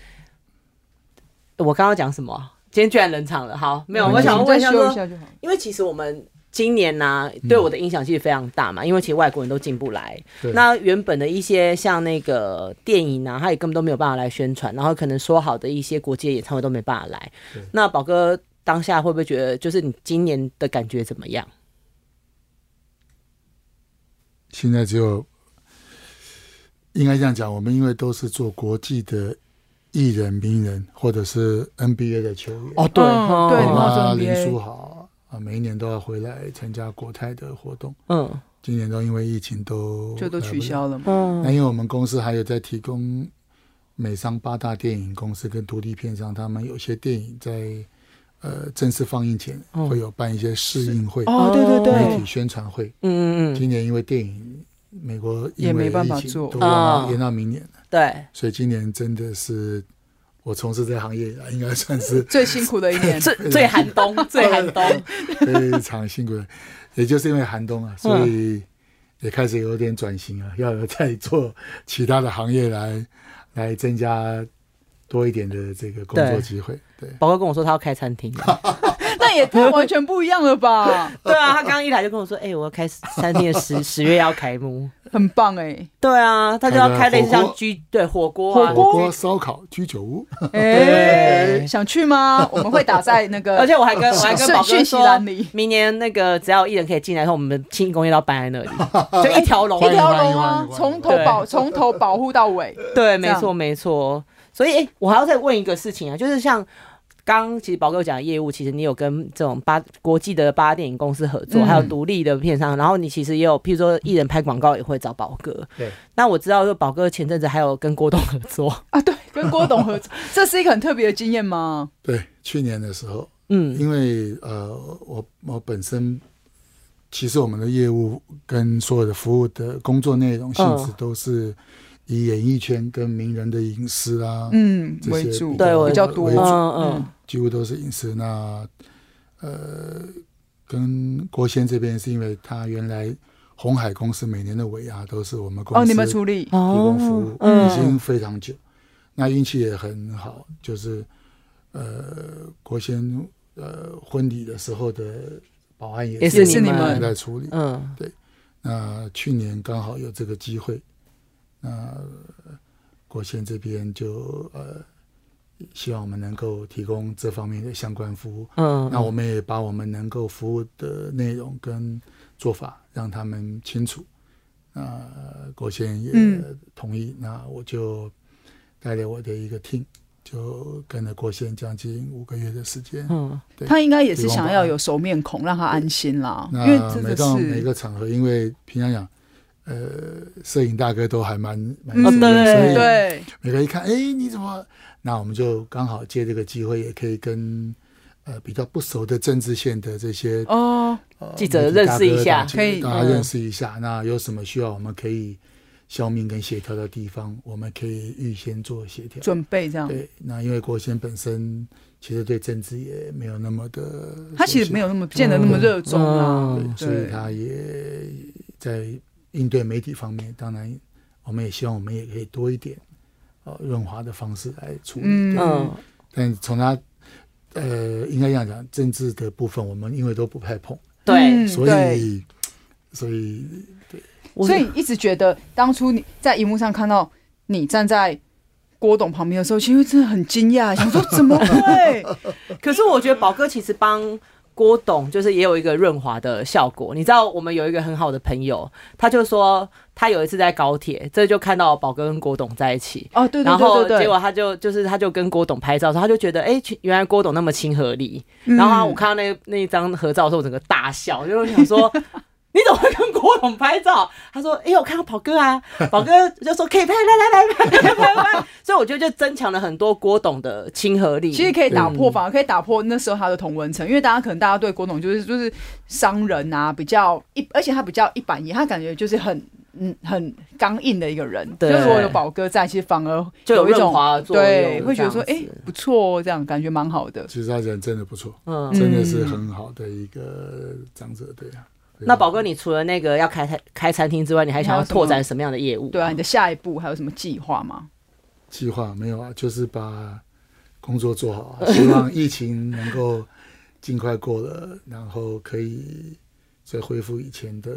[SPEAKER 1] 我刚刚讲什么啊，今天居然冷场了，好，没有，
[SPEAKER 3] 嗯
[SPEAKER 1] 我想
[SPEAKER 2] 你
[SPEAKER 1] 问
[SPEAKER 2] 再
[SPEAKER 1] 一下
[SPEAKER 2] 修一
[SPEAKER 1] 说，
[SPEAKER 2] 下就好。
[SPEAKER 1] 因为其实我们。今年呢、对我的影响其实非常大嘛，因为其实外国人都进不来，
[SPEAKER 3] 对，
[SPEAKER 1] 那原本的一些像那个电影啊，他也根本都没有办法来宣传，然后可能说好的一些国际的演唱会都没办法来
[SPEAKER 3] 对。
[SPEAKER 1] 那宝哥当下会不会觉得，就是你今年的感觉怎么样？
[SPEAKER 3] 现在只有应该这样讲，我们因为都是做国际的艺人、名人或者是 NBA 的球员，
[SPEAKER 1] 哦，对，
[SPEAKER 2] 嗯
[SPEAKER 1] 哦
[SPEAKER 2] 对
[SPEAKER 3] 我
[SPEAKER 2] 你
[SPEAKER 3] 妈
[SPEAKER 2] 要做
[SPEAKER 3] 林
[SPEAKER 2] NBA
[SPEAKER 3] 书豪啊，每一年都要回来参加国泰的活动，
[SPEAKER 1] 嗯
[SPEAKER 3] 今年都因为疫情都
[SPEAKER 2] 就都
[SPEAKER 3] 来不
[SPEAKER 2] 取
[SPEAKER 3] 了
[SPEAKER 2] 消了嘛。
[SPEAKER 3] 那
[SPEAKER 1] 嗯，
[SPEAKER 3] 因为我们公司还有在提供美商八大电影公司跟独立片商，他们有些电影在呃正式放映前
[SPEAKER 1] 嗯
[SPEAKER 3] 会有办一些试映会、
[SPEAKER 2] 哦，对对
[SPEAKER 3] 媒体
[SPEAKER 2] 对，
[SPEAKER 3] 宣传会。
[SPEAKER 1] 嗯嗯嗯，
[SPEAKER 3] 今年因为电影美国
[SPEAKER 2] 也
[SPEAKER 3] 因为
[SPEAKER 2] 没办法
[SPEAKER 3] 疫情
[SPEAKER 2] 做哦
[SPEAKER 3] 都延到
[SPEAKER 1] 啊
[SPEAKER 3] 延到明年了，
[SPEAKER 1] 对，
[SPEAKER 3] 所以今年真的是我从事这个行业以来应该算是
[SPEAKER 2] 最辛苦的一 年。
[SPEAKER 1] 最最寒冬，最寒冬，
[SPEAKER 3] 非常辛苦的，也就是因为寒 冬啊，
[SPEAKER 2] 嗯
[SPEAKER 3] 所以也开始有点转型啊， 要有再做其他的行业来来增加多一点的这个工作
[SPEAKER 1] 对
[SPEAKER 3] 机会。对，
[SPEAKER 1] 宝哥跟我说他要开餐厅，
[SPEAKER 2] 那也太完全不一样了吧？
[SPEAKER 1] 对啊，他刚一来就跟我说，哎、我要开餐厅，十十月要开幕，
[SPEAKER 2] 很棒哎
[SPEAKER 1] 对啊，他就要开类似
[SPEAKER 3] 开
[SPEAKER 1] 像
[SPEAKER 3] 个火锅
[SPEAKER 1] 居对火锅啊，
[SPEAKER 3] 火锅、烧烤、居酒屋，
[SPEAKER 2] 哎，
[SPEAKER 1] 对。
[SPEAKER 2] 想去吗？我们会打在那个，
[SPEAKER 1] 而且我还跟我还跟宝哥
[SPEAKER 2] 顺序
[SPEAKER 1] 说
[SPEAKER 2] 栏里，
[SPEAKER 1] 明年那个只要艺人可以进来的话，我们轻工业都要搬在那 里，就一条龙。
[SPEAKER 2] 一条龙
[SPEAKER 3] 欢迎欢
[SPEAKER 2] 啊
[SPEAKER 3] 迎，
[SPEAKER 2] 从头保从头保护到尾。
[SPEAKER 1] 对，没
[SPEAKER 2] 样
[SPEAKER 1] 错，没错。所以，诶我还要再问一个事情啊，就是像刚刚其实宝哥有讲的业务，其实你有跟这种八国际的八大电影公司合作，
[SPEAKER 2] 嗯
[SPEAKER 1] 还有独立的片商，然后你其实也有，譬如说艺人拍广告也会找宝哥。
[SPEAKER 3] 对。
[SPEAKER 1] 那我知道，就宝哥前阵子还有跟郭董合作，
[SPEAKER 2] 啊，对，跟郭董合作，这是一个很特别的经验吗？
[SPEAKER 3] 对，去年的时候，
[SPEAKER 1] 嗯，
[SPEAKER 3] 因为呃，我我本身其实我们的业务跟所有的服务的工作内容性质
[SPEAKER 1] 嗯
[SPEAKER 3] 都是以演艺圈跟名人的隐私啊，
[SPEAKER 2] 嗯，
[SPEAKER 3] 这
[SPEAKER 2] 为
[SPEAKER 3] 些
[SPEAKER 2] 主
[SPEAKER 3] 比
[SPEAKER 1] 对我
[SPEAKER 2] 比较多哦
[SPEAKER 3] 为
[SPEAKER 1] 嗯
[SPEAKER 3] 主
[SPEAKER 1] 嗯
[SPEAKER 3] 几乎都是隐私。那呃，跟郭先这边是因为他原来红海公司每年的尾牙都是我们公司
[SPEAKER 2] 哦，你们处理
[SPEAKER 1] 嗯，
[SPEAKER 3] 提供服务，
[SPEAKER 1] 嗯
[SPEAKER 3] 已经非常久。那运气也很好，就是呃，国先呃婚礼的时候的保安也
[SPEAKER 1] 也
[SPEAKER 2] 是你们
[SPEAKER 3] 在处理。
[SPEAKER 1] 嗯
[SPEAKER 3] 那去年刚好有这个机会，那国先这边就呃希望我们能够提供这方面的相关服务。
[SPEAKER 1] 嗯，
[SPEAKER 3] 那我们也把我们能够服务的内容跟做法让他们清楚。那国先也
[SPEAKER 2] 嗯
[SPEAKER 3] 同意，那我就带着我的一个 team，就跟着国先将近五个月的时间。
[SPEAKER 1] 嗯
[SPEAKER 3] 对
[SPEAKER 2] 他应该也是想要有熟面孔，让他安心啦，因
[SPEAKER 3] 那
[SPEAKER 2] 为真
[SPEAKER 3] 每
[SPEAKER 2] 的
[SPEAKER 3] 到每
[SPEAKER 2] 是
[SPEAKER 3] 个场合，因为平常讲，呃，摄影大哥都还蛮蛮
[SPEAKER 2] 嗯
[SPEAKER 1] 哦
[SPEAKER 3] 熟的
[SPEAKER 1] 对
[SPEAKER 3] 所以
[SPEAKER 2] 对，
[SPEAKER 3] 每个人一看，哎，你怎么？那我们就刚好借这个机会，也可以跟呃比较不熟的政治线的这些
[SPEAKER 2] 哦，
[SPEAKER 1] 记者认识一下
[SPEAKER 2] 可以
[SPEAKER 3] 大家
[SPEAKER 1] 嗯
[SPEAKER 3] 认识一下。那有什么需要，我们可以消灭跟协调的地方，我们可以预先做协调。
[SPEAKER 2] 准备这样。
[SPEAKER 3] 对，那因为国先本身其实对政治也没有那么的，
[SPEAKER 2] 他其实没
[SPEAKER 3] 有，
[SPEAKER 2] 有那么见得那
[SPEAKER 3] 嗯
[SPEAKER 2] 么热衷啊，
[SPEAKER 1] 嗯
[SPEAKER 3] 所以
[SPEAKER 2] 对
[SPEAKER 3] 他也在应对媒体方面，当然我们也希望我们也可以多一点呃润滑的方式来处理。
[SPEAKER 2] 嗯
[SPEAKER 3] 对
[SPEAKER 1] 嗯
[SPEAKER 3] 但从他呃，应该这样讲，政治的部分我们因为都不太碰。
[SPEAKER 1] 对，
[SPEAKER 2] 嗯
[SPEAKER 3] 所
[SPEAKER 2] 对
[SPEAKER 3] 以，所以
[SPEAKER 1] 我
[SPEAKER 2] 所以一直觉得当初你在荧幕上看到你站在郭董旁边的时候，其实真的很惊讶，想说怎么 会？嗯
[SPEAKER 1] 可是我觉得宝哥其实帮郭董，就是也有一个润滑的效果。你知道，我们有一个很好的朋友，他就说他有一次在高铁，这就看到宝哥跟郭董在一起。
[SPEAKER 2] 哦，对对
[SPEAKER 1] 然后
[SPEAKER 2] 对对
[SPEAKER 1] 结
[SPEAKER 2] 对，
[SPEAKER 1] 果他就就是他就跟郭董拍照的时候，他就觉得哎、其原来郭董那么亲和力。
[SPEAKER 2] 嗯
[SPEAKER 1] 然后啊我看到那那一张合照的时候，我整个大笑，就是想说 你怎么会跟郭董拍照？他说哎、我看到宝哥啊， 宝哥就说可以拍，来来来拍 拍拍拍。所以我觉得就增强了很多郭董的亲和力。
[SPEAKER 2] 其实可以打破，
[SPEAKER 1] 嗯
[SPEAKER 2] 反而可以打破那时候他的同文层，因为大家可能大家对郭董就是就是商人啊，比较一，而且他比较一板一眼，他感觉就是很。嗯，很刚硬的一个人，
[SPEAKER 1] 对
[SPEAKER 2] 就是我有宝哥在，其实反而
[SPEAKER 1] 就有
[SPEAKER 2] 有一
[SPEAKER 1] 润
[SPEAKER 2] 种
[SPEAKER 1] 滑的作用
[SPEAKER 2] 对，会觉得说，
[SPEAKER 1] 这
[SPEAKER 2] 哎、
[SPEAKER 1] 样子
[SPEAKER 2] 不错哦，这样感觉蛮好的。
[SPEAKER 3] 其实他人真的不错，
[SPEAKER 1] 嗯
[SPEAKER 3] 真的是很好的一个长者，对啊。对啊
[SPEAKER 1] 那宝哥，你除了那个要开餐开餐厅之外，你还想要拓展什么样的业务？
[SPEAKER 2] 对啊，你的下一步还有什么计划吗？
[SPEAKER 3] 计划没有啊？就是把工作做好 啊，希望疫情能够尽快过了，然后可以再恢复以前的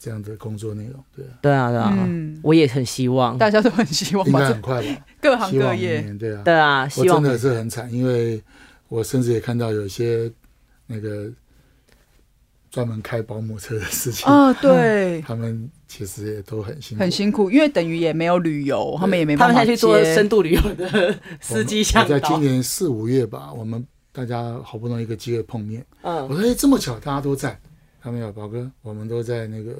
[SPEAKER 3] 这样的工作内容，对啊，
[SPEAKER 1] 对啊，对啊，
[SPEAKER 2] 嗯，
[SPEAKER 1] 我也很希望。
[SPEAKER 2] 大家都很希望
[SPEAKER 1] 哦
[SPEAKER 3] 应
[SPEAKER 2] 吧，
[SPEAKER 3] 该很
[SPEAKER 2] 这
[SPEAKER 3] 快吧？
[SPEAKER 2] 各行
[SPEAKER 3] 希
[SPEAKER 2] 各
[SPEAKER 3] 望明
[SPEAKER 2] 业，
[SPEAKER 3] 年，对啊，
[SPEAKER 1] 对啊，
[SPEAKER 3] 我
[SPEAKER 1] 希
[SPEAKER 3] 真
[SPEAKER 1] 望
[SPEAKER 3] 的是很惨，因为我甚至也看到有些那个专门开保姆车的事情
[SPEAKER 1] 哦
[SPEAKER 2] 啊，对，
[SPEAKER 3] 他们其实也都很辛苦，
[SPEAKER 2] 很辛苦，因为等于也没有旅游，他们也没
[SPEAKER 1] 他
[SPEAKER 2] 办
[SPEAKER 1] 们
[SPEAKER 2] 法
[SPEAKER 1] 下去做
[SPEAKER 2] 接
[SPEAKER 1] 深度旅游的
[SPEAKER 3] 我们
[SPEAKER 1] 司机向
[SPEAKER 3] 在今
[SPEAKER 1] 导。
[SPEAKER 3] 年四五月吧，我们大家好不容易一个机会碰面，我
[SPEAKER 1] 嗯，
[SPEAKER 3] 说哎、这么巧大家都在，他们有宝哥，我们都在那个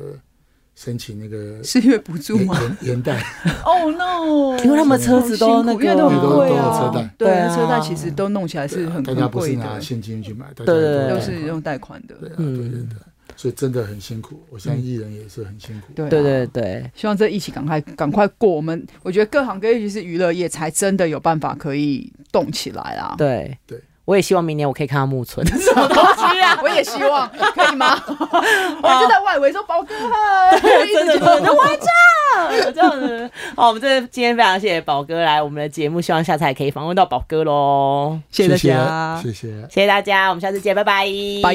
[SPEAKER 3] 申请那个
[SPEAKER 2] 是因为补助
[SPEAKER 3] 延
[SPEAKER 2] 吗
[SPEAKER 3] 延延贷，
[SPEAKER 2] ？Oh no！
[SPEAKER 1] 因为他们车子都那
[SPEAKER 2] 好辛苦
[SPEAKER 1] 个
[SPEAKER 2] 因为都很
[SPEAKER 3] 因为
[SPEAKER 2] 贵
[SPEAKER 3] 都
[SPEAKER 2] 啊，
[SPEAKER 3] 都有车贷
[SPEAKER 2] 对
[SPEAKER 1] 对啊
[SPEAKER 2] 车贷其实都弄起来 是很
[SPEAKER 3] 啊大家
[SPEAKER 2] 很
[SPEAKER 3] 不是
[SPEAKER 2] 贵
[SPEAKER 3] 拿
[SPEAKER 2] 的，
[SPEAKER 3] 现金去买，大家
[SPEAKER 1] 对对对
[SPEAKER 2] 都
[SPEAKER 3] 贷
[SPEAKER 2] 是
[SPEAKER 3] 款
[SPEAKER 2] 用贷款的。
[SPEAKER 3] 对啊，
[SPEAKER 1] 嗯
[SPEAKER 3] 对对对，所以真的很辛苦，我相信艺人也是很辛苦，
[SPEAKER 2] 对啊
[SPEAKER 1] 对对对，
[SPEAKER 2] 希望这疫情赶快赶快过，我们我觉得各行各业，尤其是娱乐业，才真的有办法可以动起来啊啦。
[SPEAKER 1] 对
[SPEAKER 3] 对。
[SPEAKER 1] 我也希望明年我可以看到木村。
[SPEAKER 2] 对啊， 我也希望可以吗？ 我一直在外围说宝哥，我一
[SPEAKER 1] 真的
[SPEAKER 2] 直觉得
[SPEAKER 1] 真的完账，这样子。好，我们这今天非常谢谢宝哥来我们的节目，希望下次还可以访问到宝哥喽。
[SPEAKER 2] 谢谢大家，啊
[SPEAKER 3] 谢谢。啊
[SPEAKER 1] 谢谢大家，我们下次见，拜拜，
[SPEAKER 2] 拜